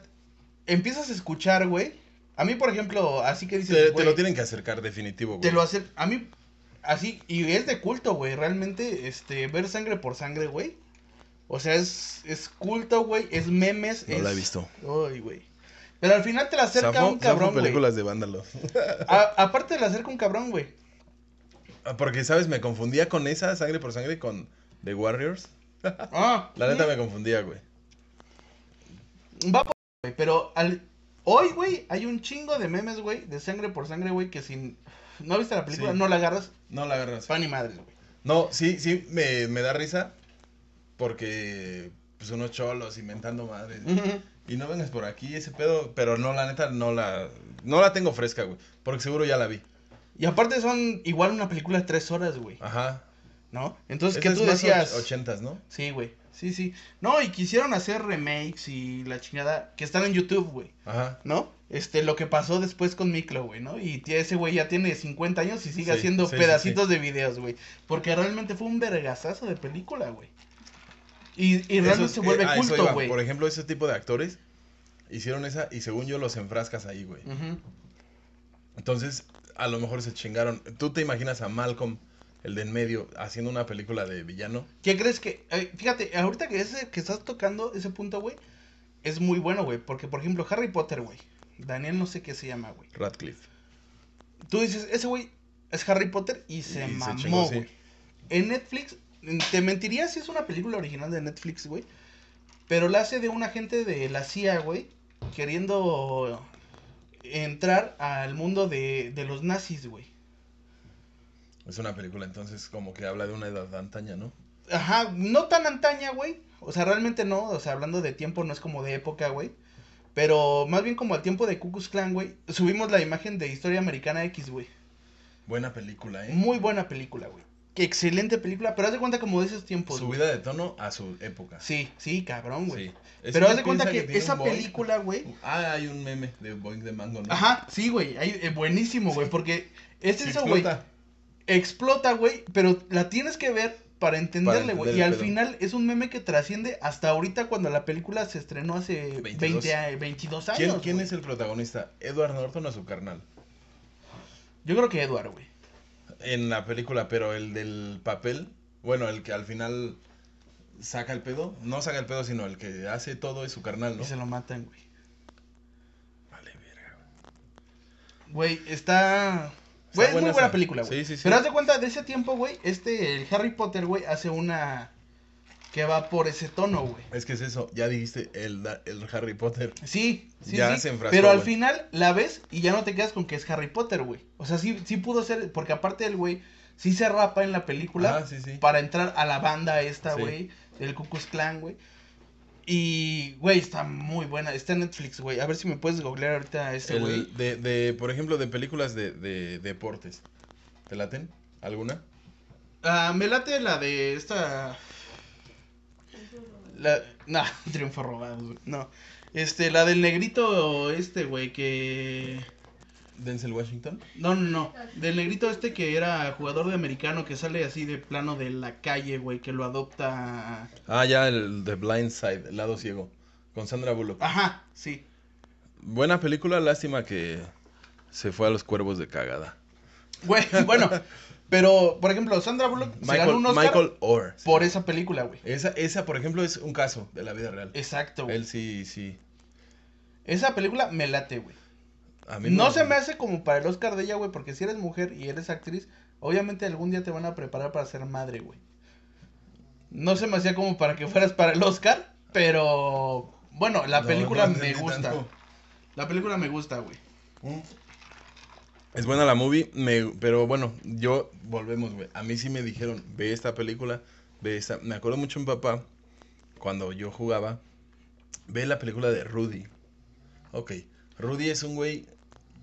S1: empiezas a escuchar, güey. A mí, por ejemplo, así que dices.
S2: Te, te
S1: güey,
S2: lo tienen que acercar definitivo, güey.
S1: Te lo hacen. A mí, así. Y es de culto, güey. Realmente, este, ver sangre por sangre, güey. O sea, es, es culto, güey. Es memes.
S2: No
S1: es...
S2: la he visto.
S1: Ay, güey. Pero al final te la acerca
S2: Zafo-
S1: un cabrón,
S2: zafo
S1: güey.
S2: películas de vándalos.
S1: A- Aparte te la acerca un cabrón, güey.
S2: Ah, Porque, ¿sabes? Me confundía con esa, sangre por sangre, con The Warriors.
S1: Ah,
S2: La neta
S1: mm,
S2: me confundía, güey.
S1: Va por, güey. Pero al... hoy, güey, hay un chingo de memes, güey. De sangre por sangre, güey. Que sin. No viste la película,
S2: Sí.
S1: no la agarras.
S2: No la agarras.
S1: Pan y madres, güey.
S2: No, sí, sí, me, me da risa. Porque, pues, unos cholos inventando madres. Y no vengas por aquí, ese pedo. Pero no, la neta, no la, no la tengo fresca, güey. Porque seguro ya la vi.
S1: Y aparte son igual una película de tres horas, güey.
S2: Ajá.
S1: ¿No? Entonces,
S2: Esta
S1: ¿qué
S2: Ah. es
S1: Pues, tú
S2: más och-
S1: decías?
S2: Ochentas, ¿no?
S1: Sí, güey. Sí, sí. No, y quisieron hacer remakes y la chingada que están en YouTube, güey.
S2: Ajá.
S1: ¿No? Este, lo que pasó después con Miklo, güey, ¿no? Y t- ese güey ya tiene 50 años y sigue
S2: Sí,
S1: haciendo
S2: sí, sí,
S1: pedacitos de videos, güey. Porque realmente fue un vergazazo de película, güey. Y, y realmente
S2: Esos-
S1: se vuelve
S2: eh, a eso
S1: culto,
S2: iba.
S1: güey.
S2: Por ejemplo, ese tipo de actores hicieron esa y según yo los enfrascas ahí, güey.
S1: Ujú.
S2: Entonces, a lo mejor se chingaron. ¿Tú te imaginas a Malcolm, el de en medio, haciendo una película de villano?
S1: ¿Qué crees que.? eh, fíjate, ahorita que, ese, que estás tocando ese punto, güey, es muy bueno, güey. Porque, por ejemplo, Harry Potter, güey. Daniel no sé qué se llama, güey.
S2: Radcliffe.
S1: Tú dices, ese güey es Harry Potter y se
S2: Y se
S1: mamó,
S2: chingó, sí.
S1: güey. En Netflix, te mentiría si es una película original de Netflix, güey. Pero la hace de un agente de la CIA, güey, queriendo entrar al mundo de, de los nazis, güey.
S2: Es una película, entonces, como que habla de una edad antaña, ¿no?
S1: Ajá, no tan antaña, güey. O sea, realmente no. O sea, hablando de tiempo, no es como de época, güey. Pero más bien como al tiempo de Ku Klux Klan, güey. Subimos la imagen de Historia Americana X, güey.
S2: Buena película, ¿eh?
S1: Muy buena película, güey. Qué excelente película, pero haz de cuenta como de esos tiempos. güey.
S2: Subida de tono a su época.
S1: Sí, sí, cabrón, güey.
S2: Sí. Es
S1: Pero
S2: que
S1: haz de cuenta
S2: piensa
S1: que,
S2: tiene un
S1: esa
S2: Boing.
S1: película, güey.
S2: Ah, hay un meme de Boing de Mango, ¿no?
S1: Ajá, sí, güey. ahí, eh, buenísimo, güey. Porque es
S2: Se
S1: eso, güey.
S2: explota.
S1: Explota, güey. Pero la tienes que ver para entenderle, güey.
S2: entender
S1: Y
S2: el
S1: al
S2: pedo.
S1: final es un meme que trasciende hasta ahorita cuando la película se estrenó hace
S2: 22.
S1: 20, a- 22 años.
S2: ¿Quién, quién
S1: güey.
S2: es el protagonista? ¿Edward Norton o su carnal?
S1: Yo creo que Edward, güey.
S2: En la película, pero el del papel, bueno, el que al final saca el pedo, no saca el pedo, sino el que hace todo es su carnal, ¿no?
S1: Y se lo matan, güey.
S2: Vale, verga, güey.
S1: Güey, está. Güey, es muy
S2: buena
S1: buena
S2: esa.
S1: película, güey.
S2: Sí, sí, sí.
S1: Pero haz de cuenta, de ese tiempo, güey, este, el Harry Potter, güey, hace una. que va por ese tono, güey.
S2: Es que es eso, ya dijiste el, da- el Harry Potter.
S1: Sí, sí,
S2: Ya
S1: sí.
S2: se enfrascó,
S1: pero al
S2: güey.
S1: final la ves y ya no te quedas con que es Harry Potter, güey. O sea, sí, sí pudo ser, porque aparte el güey sí se rapa en la película
S2: Ah, sí, sí.
S1: para entrar a la banda esta,
S2: Sí.
S1: güey, del Ku Klux Klan, güey. Y, güey, está muy buena. Está en Netflix, güey. A ver si me puedes googlear ahorita a este,
S2: El-
S1: güey.
S2: de, de, por ejemplo, de películas de, de deportes. ¿Te laten? ¿Alguna?
S1: Ah, me late la de esta. La... No, [LAUGHS] triunfo robado, güey. No. Este, la del negrito este, güey, que.
S2: Denzel Washington.
S1: No, no, no. Del negrito este que era jugador de americano que sale así de plano de la calle, güey, que lo adopta.
S2: Ah, ya, el de Blind Side, el lado ciego, con Sandra Bullock.
S1: Ajá, sí.
S2: Buena película, lástima que se fue a los cuervos de cagada.
S1: Güey, [LAUGHS] bueno, pero, por ejemplo, Sandra Bullock se ganó
S2: Michael,
S1: un Oscar
S2: Michael Orr. sí.
S1: por esa película, güey.
S2: Esa, esa, por ejemplo, es un caso de la vida real.
S1: Exacto, güey.
S2: Él sí, sí.
S1: Esa película me late, güey.
S2: A mí
S1: No se me hace como para el Oscar de ella, güey, porque si eres mujer y eres actriz, obviamente algún día te van a preparar para ser madre, güey. No se me hacía como para que fueras para el Oscar, pero bueno, la
S2: No,
S1: película
S2: no
S1: me
S2: entendí
S1: gusta.
S2: tanto.
S1: La película me gusta, güey. [LAUGHS]
S2: Es buena la movie, me- pero bueno, yo volvemos, güey. A mí sí me dijeron, ve esta película, ve esta. Me acuerdo mucho mi papá, cuando yo jugaba, ve la película de Rudy. Ok, Rudy es un güey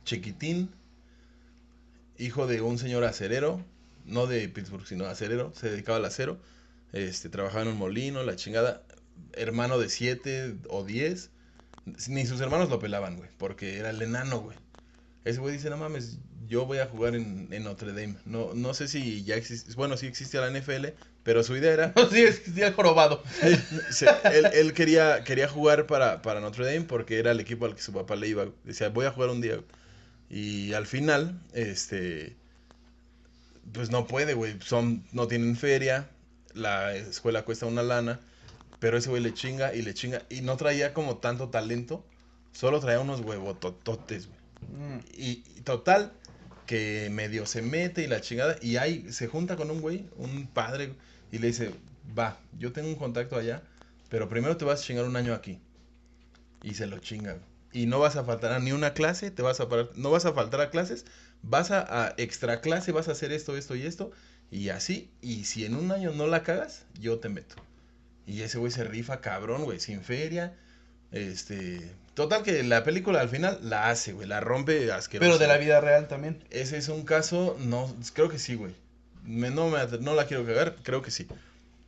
S2: chiquitín, hijo de un señor acerero, no de Pittsburgh, sino acerero, se dedicaba al acero, este, trabajaba en un molino, la chingada, hermano de siete o diez, ni sus hermanos lo pelaban, güey, porque era el enano, güey. Ese güey dice, no mames, yo voy a jugar en, en Notre Dame. No, no sé si ya existe, bueno, sí existía la NFL, pero su idea era...
S1: sí, es que sí, el jorobado.
S2: [LAUGHS] Se- él él quería, quería jugar para, para Notre Dame porque era el equipo al que su papá le iba. Decía, voy a jugar un día. Y al final, este. Pues no puede, güey. Son, no tienen feria. La escuela cuesta una lana. Pero ese güey le chinga y le chinga. Y no traía como tanto talento. Solo traía unos huevotototes, güey.
S1: Mm.
S2: Y, y total, que medio se mete y la chingada. Y ahí se junta con un güey, un padre, y le dice: Va, yo tengo un contacto allá, pero primero te vas a chingar un año aquí. Y se lo chinga. güey. Y no vas a faltar a ni una clase, te vas a parar- no vas a faltar a clases, vas a, a extra clase, vas a hacer esto, esto y esto, y así. Y si en un año no la cagas, yo te meto. Y ese güey se rifa cabrón, güey, sin feria. Este. Total que la película al final la hace, güey. La rompe asqueroso.
S1: Pero de la vida real también.
S2: Ese es un caso, no, creo que sí, güey. Me- no, me atre- no la quiero cagar, creo que sí.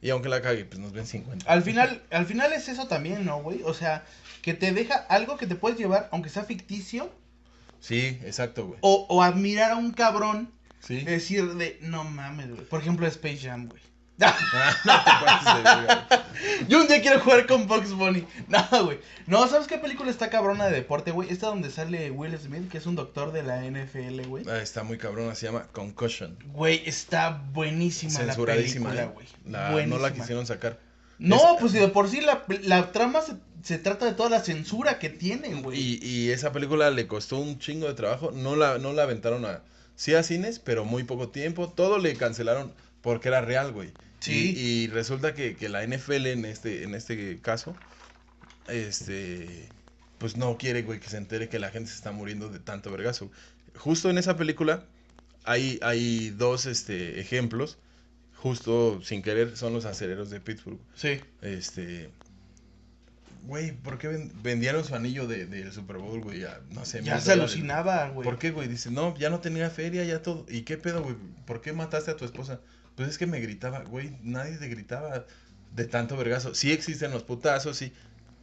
S2: Y aunque la cague, pues nos ven 50.
S1: Al final, al final es eso también, ¿no, güey? O sea, que te deja algo que te puedes llevar, aunque sea ficticio,
S2: Sí, exacto, güey.
S1: o, o admirar a un cabrón,
S2: Sí. [LAUGHS]
S1: decir de, no mames, güey. Por ejemplo, Space Jam, güey.
S2: Ah, no te pases de verga, güey.
S1: Yo un día quiero jugar con Box Bunny. [LAUGHS] No, güey. No, ¿sabes qué película está cabrona de deporte, güey? Esta donde sale Will Smith, que es un doctor de la NFL, güey.
S2: Ah, está muy cabrona, se llama Concussion.
S1: Güey, está buenísima la
S2: Censuradísima.
S1: película,
S2: ¿eh?
S1: güey.
S2: La- no
S1: Buenísima.
S2: la quisieron sacar.
S1: No, pues de por sí la, la trama se, se trata de toda la censura que tienen, güey.
S2: Y, y esa película le costó un chingo de trabajo. No la, no la aventaron a. Sí a cines, pero muy poco tiempo. Todo le cancelaron porque era real, güey.
S1: Sí.
S2: Y, y resulta que, que la NFL en este, en este caso, este. Pues no quiere, güey, que se entere que la gente se está muriendo de tanto vergazo. Justo en esa película hay, hay dos este, ejemplos. Justo sin querer son los acereros de Pittsburgh.
S1: Sí.
S2: Este. Güey, ¿por qué ven- vendieron su anillo de- del Super Bowl, güey? Ya, no sé.
S1: Ya
S2: mil
S1: se
S2: dólares?
S1: alucinaba, güey.
S2: ¿Por qué, güey? Dice, no, ya no tenía feria, ya todo. ¿Y qué pedo, güey? ¿Por qué mataste a tu esposa? Pues es que me gritaba, güey, nadie te gritaba de tanto vergazo. Sí existen los putazos, sí.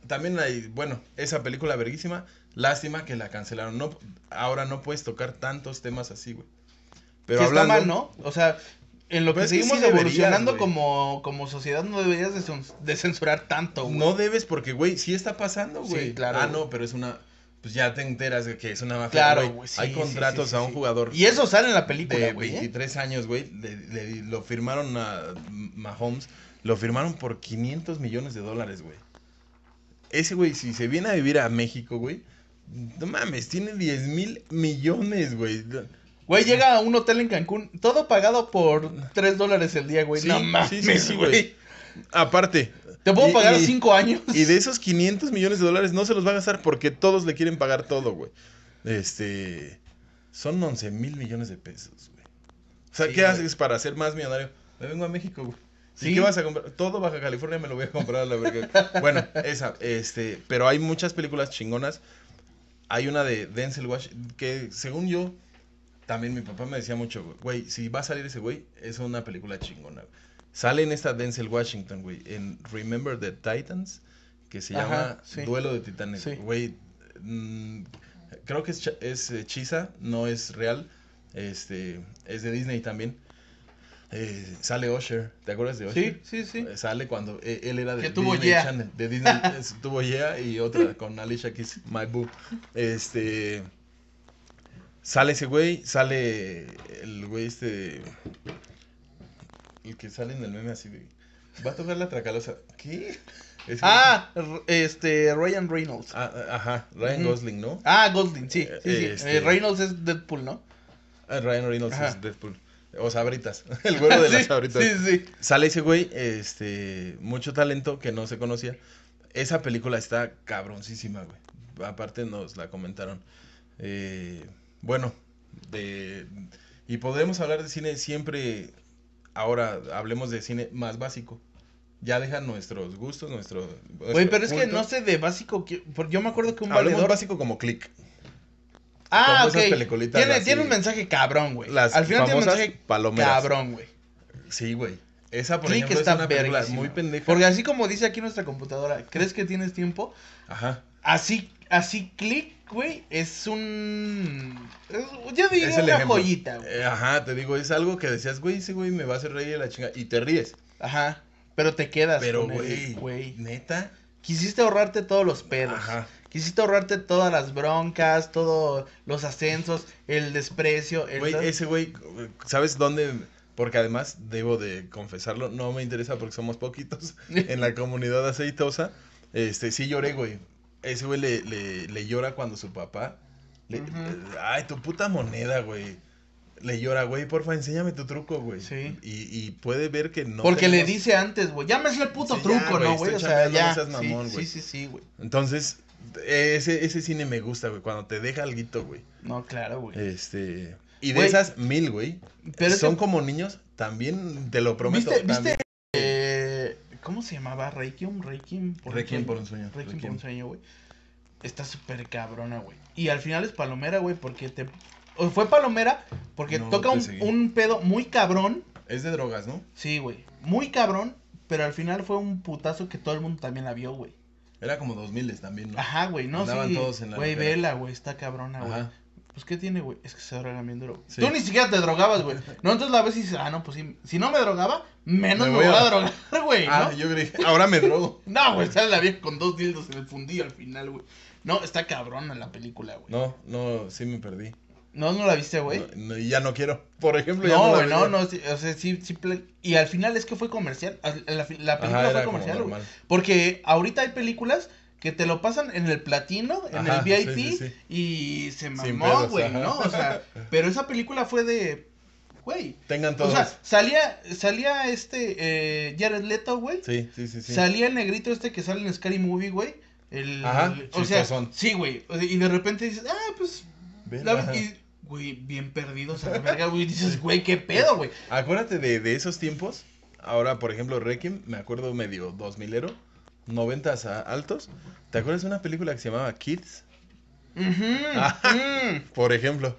S2: También hay, bueno, esa película verguísima, lástima que la cancelaron. No, ahora no puedes tocar tantos temas así, güey. Pero
S1: que
S2: hablando,
S1: está mal, ¿no? O sea, en lo que
S2: Pero es que
S1: seguimos
S2: sí deberías,
S1: evolucionando
S2: güey.
S1: como, como sociedad no deberías de, cens- de censurar tanto, güey.
S2: No debes porque, güey, sí está pasando,
S1: Sí,
S2: güey.
S1: claro,
S2: Ah,
S1: güey.
S2: no, pero es una... Pues ya te enteras de que es una mafia,
S1: Claro,
S2: güey.
S1: güey, sí,
S2: Hay
S1: sí,
S2: contratos
S1: sí, sí,
S2: a un
S1: sí.
S2: jugador
S1: Y eso sale en la película,
S2: de
S1: güey. ¿eh?
S2: 23 años, güey. Le, le- lo firmaron a Mahomes. Lo firmaron por 500 millones de dólares, güey. Ese güey, si se viene a vivir a México, güey. No mames, tiene 10 mil millones, güey.
S1: Güey, llega a un hotel en Cancún, todo pagado por 3 dólares el día, güey.
S2: Sí,
S1: no
S2: sí,
S1: mames,
S2: sí, sí,
S1: güey.
S2: güey. Aparte.
S1: Te puedo
S2: y-
S1: pagar
S2: y-
S1: 5
S2: [LAUGHS]
S1: años.
S2: Y de esos 500 millones de dólares no se los va a gastar porque todos le quieren pagar todo, güey. Este. Son 11 mil millones de pesos, güey. O sea,
S1: Sí,
S2: ¿qué
S1: güey.
S2: haces para ser más millonario? Me vengo a México, güey. ¿Y
S1: Sí.
S2: qué vas a comprar? Todo Baja California me lo voy a comprar a la verga. [LAUGHS] Bueno, esa, este, pero hay muchas películas chingonas. Hay una de Denzel Washington que, según yo, también mi papá me decía mucho, güey, güey, si va a salir ese güey, es una película chingona. Sale en esta Denzel Washington, güey, en Remember the Titans, que se
S1: Ajá,
S2: llama
S1: sí.
S2: Duelo de Titanes.
S1: Sí.
S2: Güey, mm, creo que es, cha- es hechiza, no es real. Este, es de Disney también. eh, sale Usher, ¿te acuerdas de
S1: Sí,
S2: Usher?
S1: sí, sí.
S2: Eh, Sale cuando eh, él era de
S1: Que tuvo
S2: Disney
S1: Yeah.
S2: Channel, de Disney,
S1: [LAUGHS]
S2: es- tuvo Yeah y otra con Alicia Keys, My Boo. Este sale ese güey, sale el güey este el que sale en el meme así de va a tocar la tracalosa. ¿Qué? Es-
S1: Ah, r- este, Ryan Reynolds.
S2: Ah, ah, ajá, Ryan
S1: Ujú.
S2: Gosling, ¿no?
S1: Ah, Golding, sí.
S2: Eh,
S1: sí, sí.
S2: este-
S1: Eh, Reynolds es Deadpool, ¿no?
S2: Ah, Ryan Reynolds
S1: Ajá.
S2: es Deadpool. O sabritas, [LAUGHS] el güero
S1: [LAUGHS]
S2: de
S1: Sí,
S2: las sabritas.
S1: Sí, sí.
S2: Sale ese güey, este, mucho talento que no se conocía. Esa película está cabroncísima, güey. Aparte nos la comentaron. Eh, bueno, de, y podremos hablar de cine siempre. Ahora hablemos de cine más básico. Ya dejan nuestros gustos, nuestro.
S1: Güey, pero es que no sé de básico. que- por- Yo me acuerdo que un
S2: Un Pues, Hablemos
S1: valedor.
S2: básico como click.
S1: Ah,
S2: como
S1: ok.
S2: esas peliculitas,
S1: Tiene,
S2: las
S1: tiene
S2: de-
S1: un mensaje cabrón, güey.
S2: Las
S1: Al final tiene un
S2: famosas
S1: mensaje
S2: palomeras.
S1: cabrón, güey.
S2: Sí, güey. Esa por
S1: Click
S2: ejemplo
S1: está
S2: es una película
S1: verguísima,
S2: muy
S1: güey.
S2: pendeja.
S1: Porque así como dice aquí nuestra computadora, ¿crees que tienes tiempo?
S2: Ajá.
S1: Así, así click, güey, es un... es- yo diría
S2: Es
S1: una
S2: el ejemplo.
S1: joyita, güey.
S2: Eh, Ajá, te digo, es algo que decías, güey, ese güey me va a hacer reír de la chinga. Y te ríes.
S1: Ajá. Pero te quedas
S2: Pero,
S1: con el-
S2: güey, neta.
S1: Quisiste ahorrarte todos los pedos.
S2: Ajá.
S1: Quisiste ahorrarte todas las broncas, todos los ascensos, el desprecio. El
S2: Güey, ese güey, ¿sabes dónde? Porque además, debo de confesarlo, no me interesa porque somos
S1: [LAUGHS]
S2: poquitos en la comunidad aceitosa. Este, sí lloré, güey. Ese güey le, le, le llora cuando su papá. le- eh,
S1: Ujú.
S2: Ay, tu puta moneda, güey. Le llora, güey, porfa, enséñame tu truco, güey.
S1: Sí.
S2: Y, y puede ver que no.
S1: Porque le
S2: tenemos-
S1: dice antes, güey, ya me es el puto
S2: Sí, ya,
S1: truco,
S2: güey,
S1: ¿no, güey? O
S2: estoy
S1: sea,
S2: chambeando,
S1: ya.
S2: no seas mamón,
S1: sí,
S2: güey.
S1: sí, sí, sí, güey.
S2: Entonces, ese, ese cine me gusta, güey. Cuando te deja alguito, güey.
S1: No, claro, güey.
S2: Este. Y de
S1: Güey.
S2: esas mil, güey.
S1: Pero es
S2: Son
S1: que-
S2: como niños, también te lo prometo.
S1: ¿Viste, viste
S2: también.
S1: eh, ¿Cómo se llamaba? Reikium, Reikium.
S2: Requiem por un sueño.
S1: Requiem por
S2: Requiem.
S1: un sueño, güey. Está súper cabrona, güey. Y al final es Palomera, güey, porque te... O fue Palomera porque
S2: No,
S1: toca
S2: te
S1: un,
S2: seguí.
S1: un pedo muy cabrón.
S2: Es de drogas, ¿no?
S1: Sí, güey. Muy cabrón, pero al final fue un putazo que todo el mundo también la vio, güey.
S2: Era como dos miles también, ¿no?
S1: Ajá, güey, no,
S2: Andaban
S1: sí.
S2: todos en la
S1: güey,
S2: loquera.
S1: vela, güey, está cabrona, güey.
S2: Ajá.
S1: Pues, ¿qué tiene, güey? Es que se drogan bien duro. güey.
S2: Sí.
S1: Tú ni siquiera te drogabas, güey. No, entonces la ves y dices, ah, no, pues sí. Si no me drogaba, menos
S2: Me
S1: me
S2: voy
S1: voy,
S2: a-
S1: a... drogar, güey, ¿no?
S2: Ah, yo creí. Ahora me drogo.
S1: No, güey, sale la vieja con dos dildos en el fundillo al final, güey. No, está cabrona la película, güey.
S2: No, no, sí me perdí.
S1: No, no la
S2: ¿Ah,
S1: viste, güey.
S2: No, no, ya no quiero. Por ejemplo, ya
S1: No,
S2: la
S1: güey, no,
S2: vería.
S1: no, sí, o sea, sí, sí, pla- y al final es que fue comercial, al- la, fi- la película fue
S2: Ajá, era como
S1: comercial, güey.
S2: normal.
S1: Porque ahorita hay películas que te lo pasan en el platino, en el
S2: Ajá,
S1: VIP,
S2: sí, sí,
S1: y se mamó,
S2: pedos,
S1: güey,
S2: ajá.
S1: ¿no? O
S2: [LAUGHS]
S1: sea, pero esa película fue de, güey,
S2: Tengan
S1: o
S2: todos.
S1: sea, salía, salía este eh, Jared Leto, güey,
S2: sí, sí, sí, sí.
S1: Salía el negrito este que sale en Scary Movie, güey. El,
S2: Ajá,
S1: o sea,
S2: chistosón.
S1: sí, güey. o sea, Y de repente dices, ah, pues.
S2: Ven,
S1: la-
S2: ajá.
S1: y, güey, bien perdidos a la verga, güey. y Dices, güey, qué pedo, güey.
S2: Acuérdate de, de esos tiempos. Ahora, por ejemplo, Requiem, me acuerdo medio 2000ero, 90 a altos. ¿Te acuerdas de una película que se llamaba Kids?
S1: Ujú,
S2: Ajá.
S1: mm.
S2: Por ejemplo.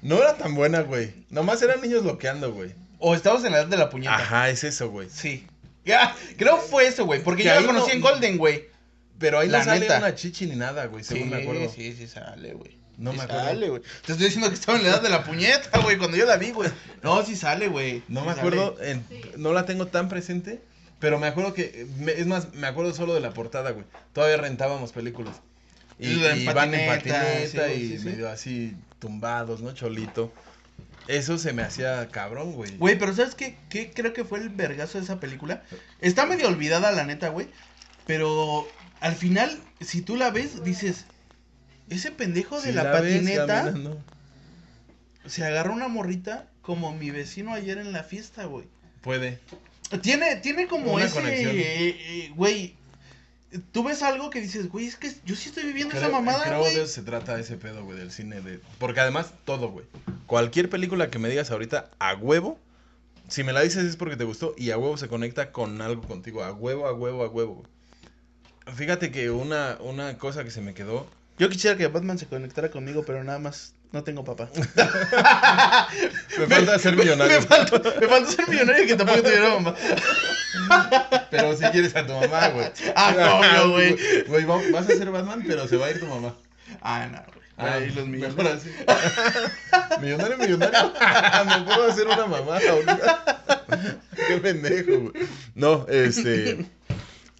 S2: No era tan buena, güey. Nomás eran niños loqueando, güey.
S1: O estabas en la edad de la puñeta.
S2: Ajá, es eso, güey.
S1: Sí. Ya, creo fue eso, güey. Porque
S2: Que
S1: yo
S2: ahí
S1: la conocí
S2: no-
S1: en Golden, güey.
S2: Pero ahí no
S1: La
S2: sale
S1: neta.
S2: una chichi ni nada, güey, según me acuerdo.
S1: sí, sí sale, güey.
S2: No
S1: Sí
S2: me acuerdo.
S1: sale, güey. Te estoy diciendo que estaba en la edad de la puñeta, güey, cuando yo la vi, güey. No, sí sale, güey.
S2: No
S1: sí
S2: me
S1: sale.
S2: acuerdo, en- no la tengo tan presente, pero me acuerdo que, me- es más, me acuerdo solo de la portada, güey. Todavía rentábamos películas. Y,
S1: Y en
S2: y van en
S1: patineta,
S2: patineta
S1: sí,
S2: y
S1: sí, sí.
S2: medio así tumbados, ¿no? Cholito. Eso se me hacía cabrón, güey.
S1: Güey, pero ¿sabes qué? ¿Qué creo que fue el vergazo de esa película? Está medio olvidada, la neta, güey. Pero al final, si tú la ves, dices: Ese pendejo de
S2: Si
S1: la,
S2: ves
S1: patineta
S2: caminando,
S1: se agarró una morrita como mi vecino ayer en la fiesta, güey.
S2: Puede.
S1: Tiene, tiene como
S2: Una
S1: ese.
S2: conexión.
S1: eh, eh, Güey. Tú ves algo que dices, güey, es que yo sí estoy viviendo esa
S2: Creo-
S1: mamada,
S2: creo
S1: güey.
S2: de eso se trata ese pedo, güey, del cine. De... Porque además, todo, güey. Cualquier película que me digas ahorita, a huevo, si me la dices es porque te gustó y a huevo se conecta con algo contigo. A huevo, a huevo, a huevo. güey. Fíjate que una, una cosa que se me quedó.
S1: Yo quisiera que Batman se conectara conmigo, pero nada más no tengo papá.
S2: Me falta ser millonario.
S1: Me falta, [LAUGHS] me falta ser millonario que tampoco tuviera mamá.
S2: Pero si quieres a tu mamá, güey. [LAUGHS]
S1: Ah, no, no, güey.
S2: Güey, va- vas a ser Batman, pero se va a ir tu mamá.
S1: Ah, no, güey. Ah, y los
S2: mejor
S1: millonarios.
S2: así. [LAUGHS] millonario, millonario. Me puedo hacer una mamada ahorita. [LAUGHS] Qué pendejo, güey. No, este.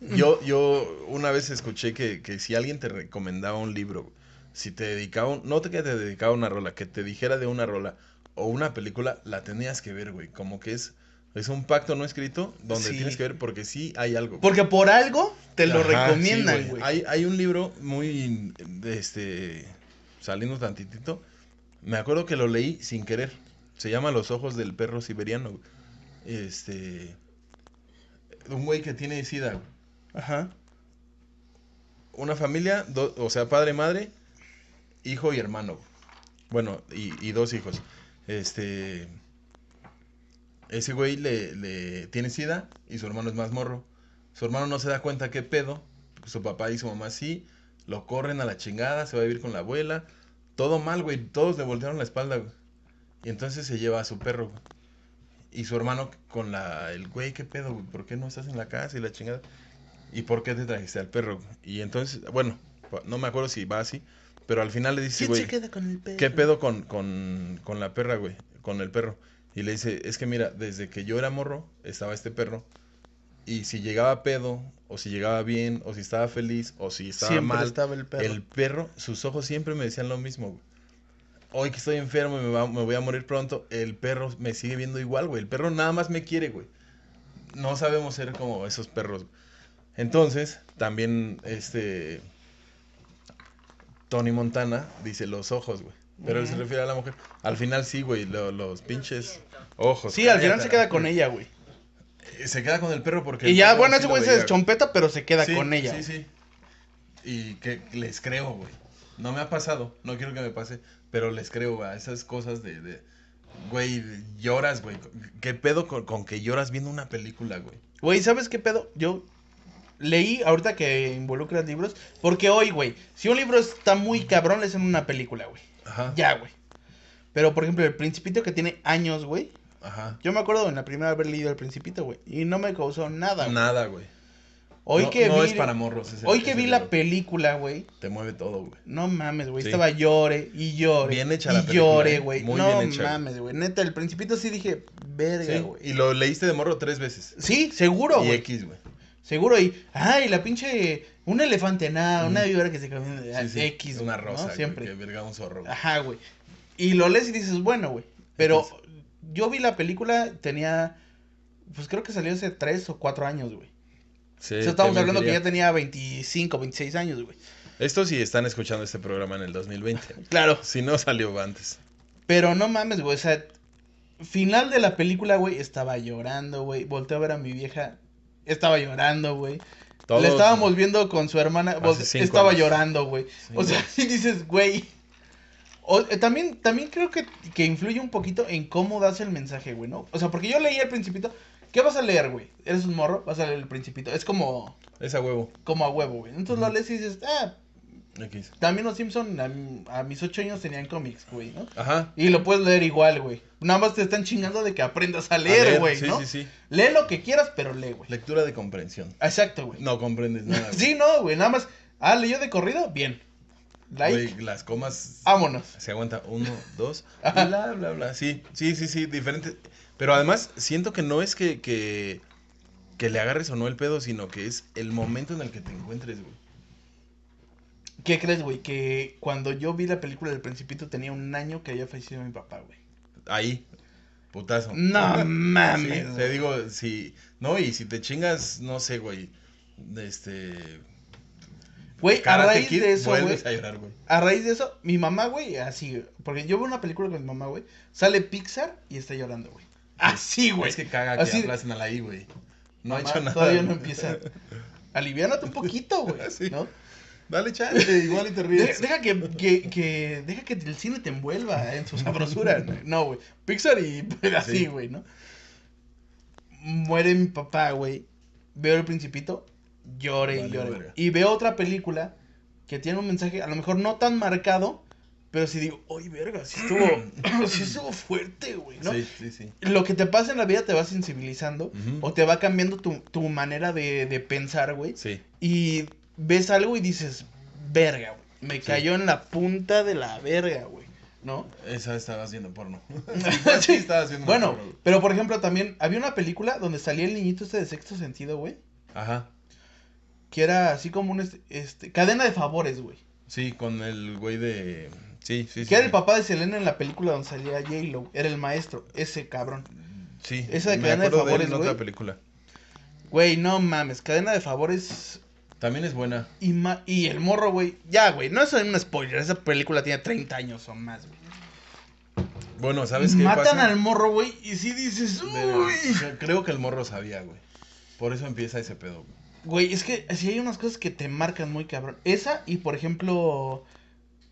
S2: Yo, yo una vez escuché que, que si alguien te recomendaba un libro, güey, si te dedicaba, un- no te que te dedicaba una rola, que te dijera de una rola o una película, la tenías que ver, güey. Como que es, es un pacto no escrito donde
S1: Sí.
S2: tienes que ver porque sí hay algo. güey.
S1: Porque por algo te lo
S2: Ajá,
S1: recomiendan,
S2: sí,
S1: güey.
S2: Hay, hay un libro muy, este, saliendo tantitito. Me acuerdo que lo leí sin querer. Se llama Los ojos del perro siberiano. güey. Este, un güey que tiene sida. güey.
S1: Ajá.
S2: Una familia, do- o sea, padre, madre, hijo y hermano. güey. Bueno, y, y dos hijos. Este, ese güey le, le tiene sida y su hermano es más morro. Su hermano no se da cuenta qué pedo. Su papá y su mamá sí. Lo corren a la chingada, se va a vivir con la abuela. Todo mal, güey. Todos le voltearon la espalda, güey. Y entonces se lleva a su perro, güey. Y su hermano con la... El güey, qué pedo, güey. ¿Por qué no estás en la casa y la chingada? ¿Y por qué te trajiste al perro? güey? Y entonces, bueno, no me acuerdo si va así. Pero al final le dice, güey...
S1: queda con el pedo?
S2: ¿Qué pedo con, con, con la perra, güey? Con el perro. Y le dice, es que mira, desde que yo era morro, estaba este perro. Y si llegaba pedo, o si llegaba bien, o si estaba feliz, o si estaba
S1: Siempre
S2: mal,
S1: estaba el perro.
S2: el perro, sus ojos siempre me decían lo mismo, güey. Hoy que estoy enfermo y me, va- me voy a morir pronto, el perro me sigue viendo igual, güey. El perro nada más me quiere, güey. No sabemos ser como esos perros. Entonces, también este Tony Montana dice los ojos, güey. Pero él se
S1: Ujú.
S2: refiere a la mujer. Al final sí, güey, lo- los pinches ojos.
S1: Sí, al final
S2: cállate,
S1: se queda
S2: la-
S1: con ella, güey.
S2: Eh, Se queda con el perro porque...
S1: Y
S2: el
S1: ya,
S2: perro
S1: bueno,
S2: sí
S1: ese
S2: lo
S1: güey se
S2: veía, güey.
S1: deschompeta, pero se queda
S2: Sí,
S1: con ella.
S2: Sí, sí. Y que les creo, güey. No me ha pasado, no quiero que me pase, pero les creo, güey, a esas cosas de, de- Güey, lloras, güey. ¿Qué pedo con, con que lloras viendo una película, güey?
S1: Güey, ¿sabes qué pedo? Yo leí ahorita que involucran libros, porque hoy, güey, si un libro está muy cabrón, le hacen una película, güey.
S2: Ajá.
S1: Ya, güey. Pero, por ejemplo, El Principito, que tiene años, güey.
S2: Ajá.
S1: Yo me acuerdo en la primera haber leído El Principito, güey. Y no me causó nada, güey.
S2: Nada, güey.
S1: Hoy
S2: no,
S1: que
S2: no
S1: vi...
S2: es para morros. ese-
S1: Hoy que
S2: ese
S1: vi la
S2: libro.
S1: película, güey.
S2: Te mueve todo, güey.
S1: No mames, güey.
S2: Sí.
S1: Estaba llore y llore.
S2: Bien hecha
S1: y
S2: la película,
S1: llore,
S2: eh.
S1: güey.
S2: Muy
S1: No
S2: bien hecha, güey.
S1: mames, güey. Neta, el principito sí dije, verga,
S2: Sí,
S1: güey.
S2: y lo leíste de morro tres veces.
S1: Sí, seguro,
S2: y
S1: güey.
S2: X, güey.
S1: Seguro. Y, ay, la pinche. Un elefante, nada, una
S2: Ujú.
S1: víbora que se comió
S2: Sí, sí,
S1: X,
S2: Una
S1: güey,
S2: rosa,
S1: ¿no?
S2: güey,
S1: Siempre. Ah,
S2: que verga un zorro. güey.
S1: Ajá, güey. Y lo lees y dices, bueno, güey. Pero
S2: Entonces-
S1: yo vi la película, tenía. Pues creo que salió hace tres o cuatro años, güey.
S2: Sí,
S1: o sea, estamos
S2: te
S1: hablando que
S2: mentiría.
S1: ya tenía 25, 26 años, güey.
S2: Estos sí están escuchando este programa en el 2020.
S1: [LAUGHS] Claro.
S2: si no salió antes.
S1: Pero no mames, güey. O sea, final de la película, güey, estaba llorando, güey. Volteé a ver a mi vieja. Estaba llorando, güey.
S2: Todos-
S1: La estábamos viendo con su hermana.
S2: Hace
S1: volte-
S2: cinco
S1: Estaba
S2: años.
S1: llorando, güey. O
S2: Sí,
S1: sea, [LAUGHS] y dices, güey. O- eh, también, también creo que, que influye un poquito en cómo das el mensaje, güey, ¿no? O sea, porque yo leí el principito. ¿Qué vas a leer, güey? Eres un morro, vas a leer el principito. Es como,
S2: Es a huevo.
S1: como a huevo, güey. Entonces lo
S2: Ujú.
S1: lees y dices, ah,
S2: X.
S1: también los Simpson a, a mis ocho años tenían cómics, güey, ¿no?
S2: Ajá.
S1: Y lo puedes leer igual, güey. Nada más te están chingando de que aprendas a
S2: A
S1: leer, güey,
S2: sí,
S1: ¿no?
S2: Sí, sí,
S1: Lee lo que quieras, pero lee, güey.
S2: Lectura de comprensión.
S1: Exacto, güey.
S2: No comprendes nada. güey.
S1: [LAUGHS] Sí, no, güey. Nada más. Ah, leyó de corrido, bien. Like,
S2: Güey, las comas
S1: vámonos.
S2: se aguanta
S1: [LAUGHS]
S2: uno, dos,
S1: Ajá.
S2: bla, bla, bla. Sí, sí, sí, sí, diferente. Pero además siento que no es que, que, que le agarres o no el pedo, sino que es el momento en el que te encuentres, güey.
S1: ¿Qué crees, güey? Que cuando yo vi la película del Principito tenía un año que había fallecido mi papá, güey.
S2: Ahí. Putazo.
S1: No
S2: [LAUGHS] Sí,
S1: mames.
S2: te
S1: güey.
S2: digo, si. No, y si te chingas, no sé, güey. Este.
S1: Güey, a
S2: Karate
S1: raíz
S2: Kid,
S1: de eso, güey.
S2: vuelves a llorar, güey.
S1: A raíz de eso, mi mamá, güey, así. Porque yo veo una película con mi mamá, güey. Sale Pixar y está llorando, güey. Así, güey.
S2: Es que caga
S1: Así
S2: que
S1: de-
S2: aplacen a la I, güey. No ha
S1: Mamá,
S2: hecho nada.
S1: Todavía
S2: güey.
S1: no empieza. Aliviánate un poquito, [LAUGHS] güey.
S2: Sí.
S1: ¿no? [LAUGHS]
S2: Dale chance, igual y te
S1: Deja,
S2: ríes.
S1: deja que, que, que- deja que el cine te envuelva en su [LAUGHS] sabrosura. güey. No, güey. Pixar y pues, así,
S2: Sí.
S1: güey, ¿no? Muere mi papá, güey. Veo el principito, llore y
S2: Vale,
S1: llore.
S2: verga.
S1: Y veo otra película que tiene un mensaje, a lo mejor no tan marcado, pero sí digo, ¡ay, verga! Sí estuvo, [CLEARS THROAT] sí estuvo fuerte, güey, ¿no?
S2: Sí, sí, sí.
S1: lo que te pasa en la vida te va sensibilizando
S2: Ujú.
S1: o te va cambiando tu, tu manera de, de pensar, güey.
S2: Sí.
S1: Y ves algo y dices, verga, güey. me cayó en la punta de la verga, güey. ¿No?
S2: Esa estabas viendo
S1: [LAUGHS]
S2: porno. sí, estabas viendo
S1: Bueno,
S2: porno.
S1: pero por ejemplo, también había una película donde salía el niñito este de sexto sentido, güey.
S2: Ajá.
S1: Que era así como un este, este, cadena de favores, güey.
S2: Sí, con el güey de. Sí, sí, sí.
S1: Que era el
S2: sí.
S1: papá de Selena en la película donde salía J-Lo. Era el maestro, ese cabrón.
S2: Sí.
S1: Esa de
S2: me
S1: cadena de
S2: acuerdo él
S1: favores,
S2: en
S1: güey.
S2: otra película.
S1: Güey, no mames, cadena de favores
S2: También es buena.
S1: y, ma- y el morro, güey. Ya, güey, no es un spoiler, esa película tiene 30 años o más, güey.
S2: Bueno, ¿sabes qué
S1: Matan
S2: pasa?
S1: al morro, güey, y sí dices, uy.
S2: De- Creo que el morro sabía, güey. Por eso empieza ese pedo. güey.
S1: Güey, es que si hay unas cosas que te marcan muy cabrón. Esa y, por ejemplo,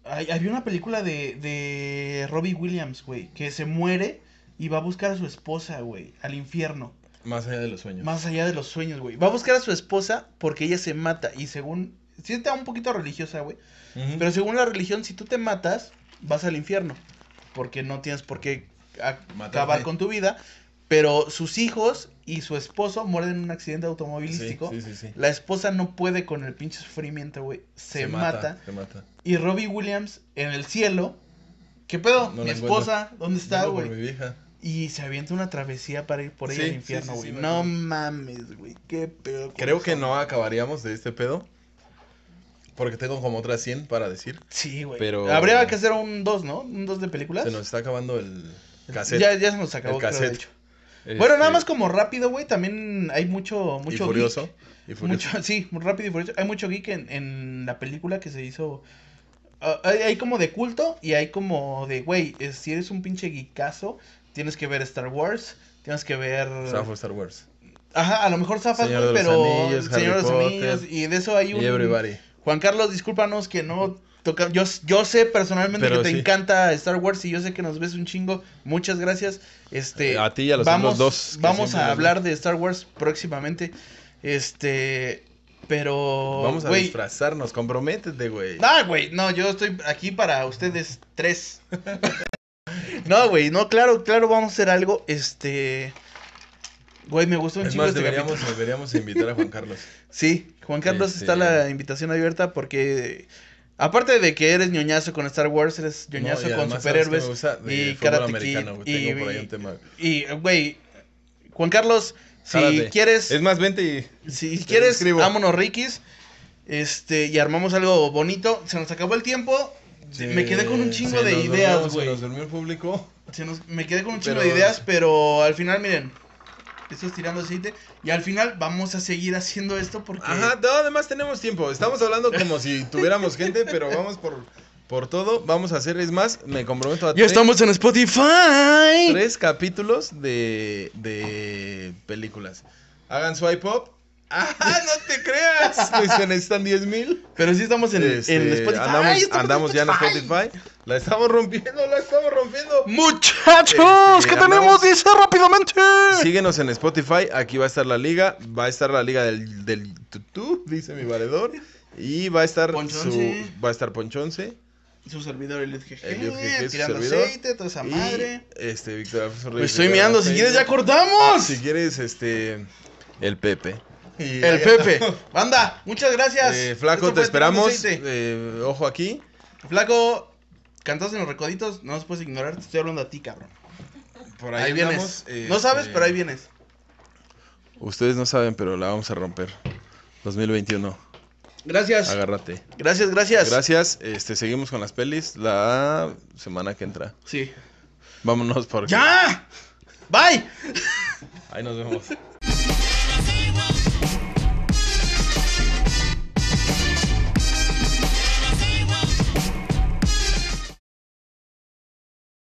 S1: hay- había una película de, de Robbie Williams, güey, que se muere y va a buscar a su esposa, güey, al infierno.
S2: Más allá de los sueños.
S1: Más allá de los sueños, güey. Va a buscar a su esposa porque ella se mata. Y según. Sí, está un poquito religiosa, güey.
S2: Ujú.
S1: Pero según la religión, si tú te matas, vas al infierno. Porque no tienes por qué a-
S2: Matarte.
S1: acabar con tu vida. Pero sus hijos y su esposo mueren en un accidente
S2: Sí,
S1: automovilístico.
S2: Sí, sí, sí.
S1: La esposa no puede con el pinche sufrimiento, güey. Se, mata.
S2: Se mata.
S1: Y Robbie Williams en el cielo. ¿Qué pedo?
S2: No
S1: Mi
S2: la
S1: esposa, ¿dónde está,
S2: Vengo por
S1: güey?
S2: mi vieja.
S1: Y se avienta una travesía para ir por ahí
S2: Sí,
S1: al
S2: sí,
S1: infierno,
S2: sí, sí,
S1: güey.
S2: me
S1: no
S2: acuerdo.
S1: mames, güey. Qué pedo. con
S2: Creo
S1: eso.
S2: que no acabaríamos de este pedo. Porque tengo como otras 100 para decir.
S1: Sí, güey.
S2: Pero-
S1: Habría que hacer un 2, ¿no? Un 2 de películas.
S2: Se nos está acabando el cassette.
S1: ya, ya se nos acabó,
S2: El
S1: creo, de
S2: cassette.
S1: hecho. Bueno, nada
S2: Este,
S1: más como rápido, güey. También hay mucho,
S2: Y
S1: mucho
S2: furioso. Y
S1: geek.
S2: furioso.
S1: Mucho, [LAUGHS] sí, muy rápido y furioso. Hay mucho geek en, en la película que se hizo. Ah, hay, hay como de culto y hay como de, güey, es- si eres un pinche geekazo, tienes que ver Star Wars, tienes que ver.
S2: Zafo Star Wars.
S1: Ajá, a lo mejor zafas,
S2: Señor
S1: güey,
S2: de los
S1: pero.
S2: Anillos, Harry
S1: Señor de los
S2: Potter,
S1: Anillos, y de eso hay un.
S2: Y Everybody.
S1: Juan Carlos, discúlpanos que no toca. Yo, yo sé personalmente
S2: Pero
S1: que te
S2: sí.
S1: encanta Star Wars y yo sé que nos ves un chingo. Muchas gracias. Este,
S2: A ti y a los
S1: vamos,
S2: otros dos que
S1: Vamos
S2: siempre
S1: a
S2: nos
S1: hablar de Star Wars próximamente. Este, pero.
S2: Vamos a
S1: güey,
S2: disfrazarnos. Comprométete, güey.
S1: Ah, güey, no, yo estoy aquí para ustedes tres. [LAUGHS] no, güey, no, claro, claro, vamos a hacer algo. Este. Güey, me gustó un
S2: es
S1: chingo
S2: más,
S1: este capítulo.
S2: deberíamos, deberíamos invitar a Juan Carlos.
S1: [LAUGHS] Sí, Juan Carlos
S2: Este-
S1: está la invitación abierta porque aparte de que eres ñoñazo con Star Wars, eres ñoñazo
S2: No, y
S1: con
S2: además, ¿sabes qué me
S1: superhéroes
S2: gusta? De
S1: y
S2: fútbol
S1: Karate Kid
S2: americano, güey.
S1: y,
S2: Tengo por ahí un tema.
S1: y, güey, Juan Carlos, si
S2: Jálate.
S1: quieres,
S2: Es más, vente y.
S1: si
S2: te
S1: quieres,
S2: escribo.
S1: vámonos Rikis, este y armamos algo bonito. Se nos acabó el tiempo. Me quedé con un chingo
S2: Se
S1: de
S2: nos durmió,
S1: ideas,
S2: se
S1: güey.
S2: nos durmió el público.
S1: Se nos- me quedé con un chingo
S2: Pero-
S1: de ideas, pero al final, miren, estás tirando aceite. Y al final vamos a seguir haciendo esto porque...
S2: Ajá, no, además tenemos tiempo. Estamos hablando
S1: [LAUGHS]
S2: como si tuviéramos gente, pero vamos por, por todo. Vamos a hacer, es más, me comprometo a
S1: Ya
S2: tres,
S1: estamos en Spotify.
S2: tres capítulos de, de películas. Hagan swipe up. [LAUGHS] ¡Ah, no te
S1: [LAUGHS]
S2: creas! Pues se necesitan 10 mil.
S1: Pero sí estamos en, en Spotify.
S2: Este, Andamos,
S1: Ay, estamos
S2: andamos ya en Spotify. La estamos rompiendo, la estamos rompiendo.
S1: Muchachos,
S2: Este,
S1: ¿qué tenemos?
S2: andamos-
S1: Dice rápidamente.
S2: Síguenos en Spotify, aquí va a estar la liga, va a estar la liga del, del tutú, dice mi valedor, y va a estar
S1: Ponchonce.
S2: su, va a estar Ponchonce,
S1: Su servidor, el GG.
S2: Eliud GG, su
S1: tirando
S2: servidor.
S1: aceite, toda esa
S2: y,
S1: madre.
S2: este Víctor Alfonso
S1: Me
S2: Reyes
S1: estoy
S2: Rivera
S1: mirando. Si quieres, ya
S2: Peña.
S1: cortamos.
S2: Si quieres, este el Pepe. Y
S1: El
S2: ya-
S1: Pepe. [LAUGHS] Banda, muchas gracias.
S2: Eh, flaco,
S1: Esto
S2: te
S1: fue Tirando
S2: esperamos.
S1: Aceite.
S2: eh, ojo aquí.
S1: Flaco, cantas en los recoditos. No nos puedes ignorar. Te estoy hablando a ti, cabrón.
S2: Por
S1: Ahí,
S2: andamos,
S1: vienes. no sabes,
S2: este,
S1: pero ahí vienes.
S2: Ustedes no saben, pero la vamos a romper. 2021.
S1: Gracias.
S2: Agárrate.
S1: Gracias, gracias.
S2: Gracias. Este, seguimos con las pelis la semana que entra.
S1: Sí.
S2: Vámonos porque
S1: ¡Ya! ¡Bye!
S2: ahí nos vemos.
S3: Table.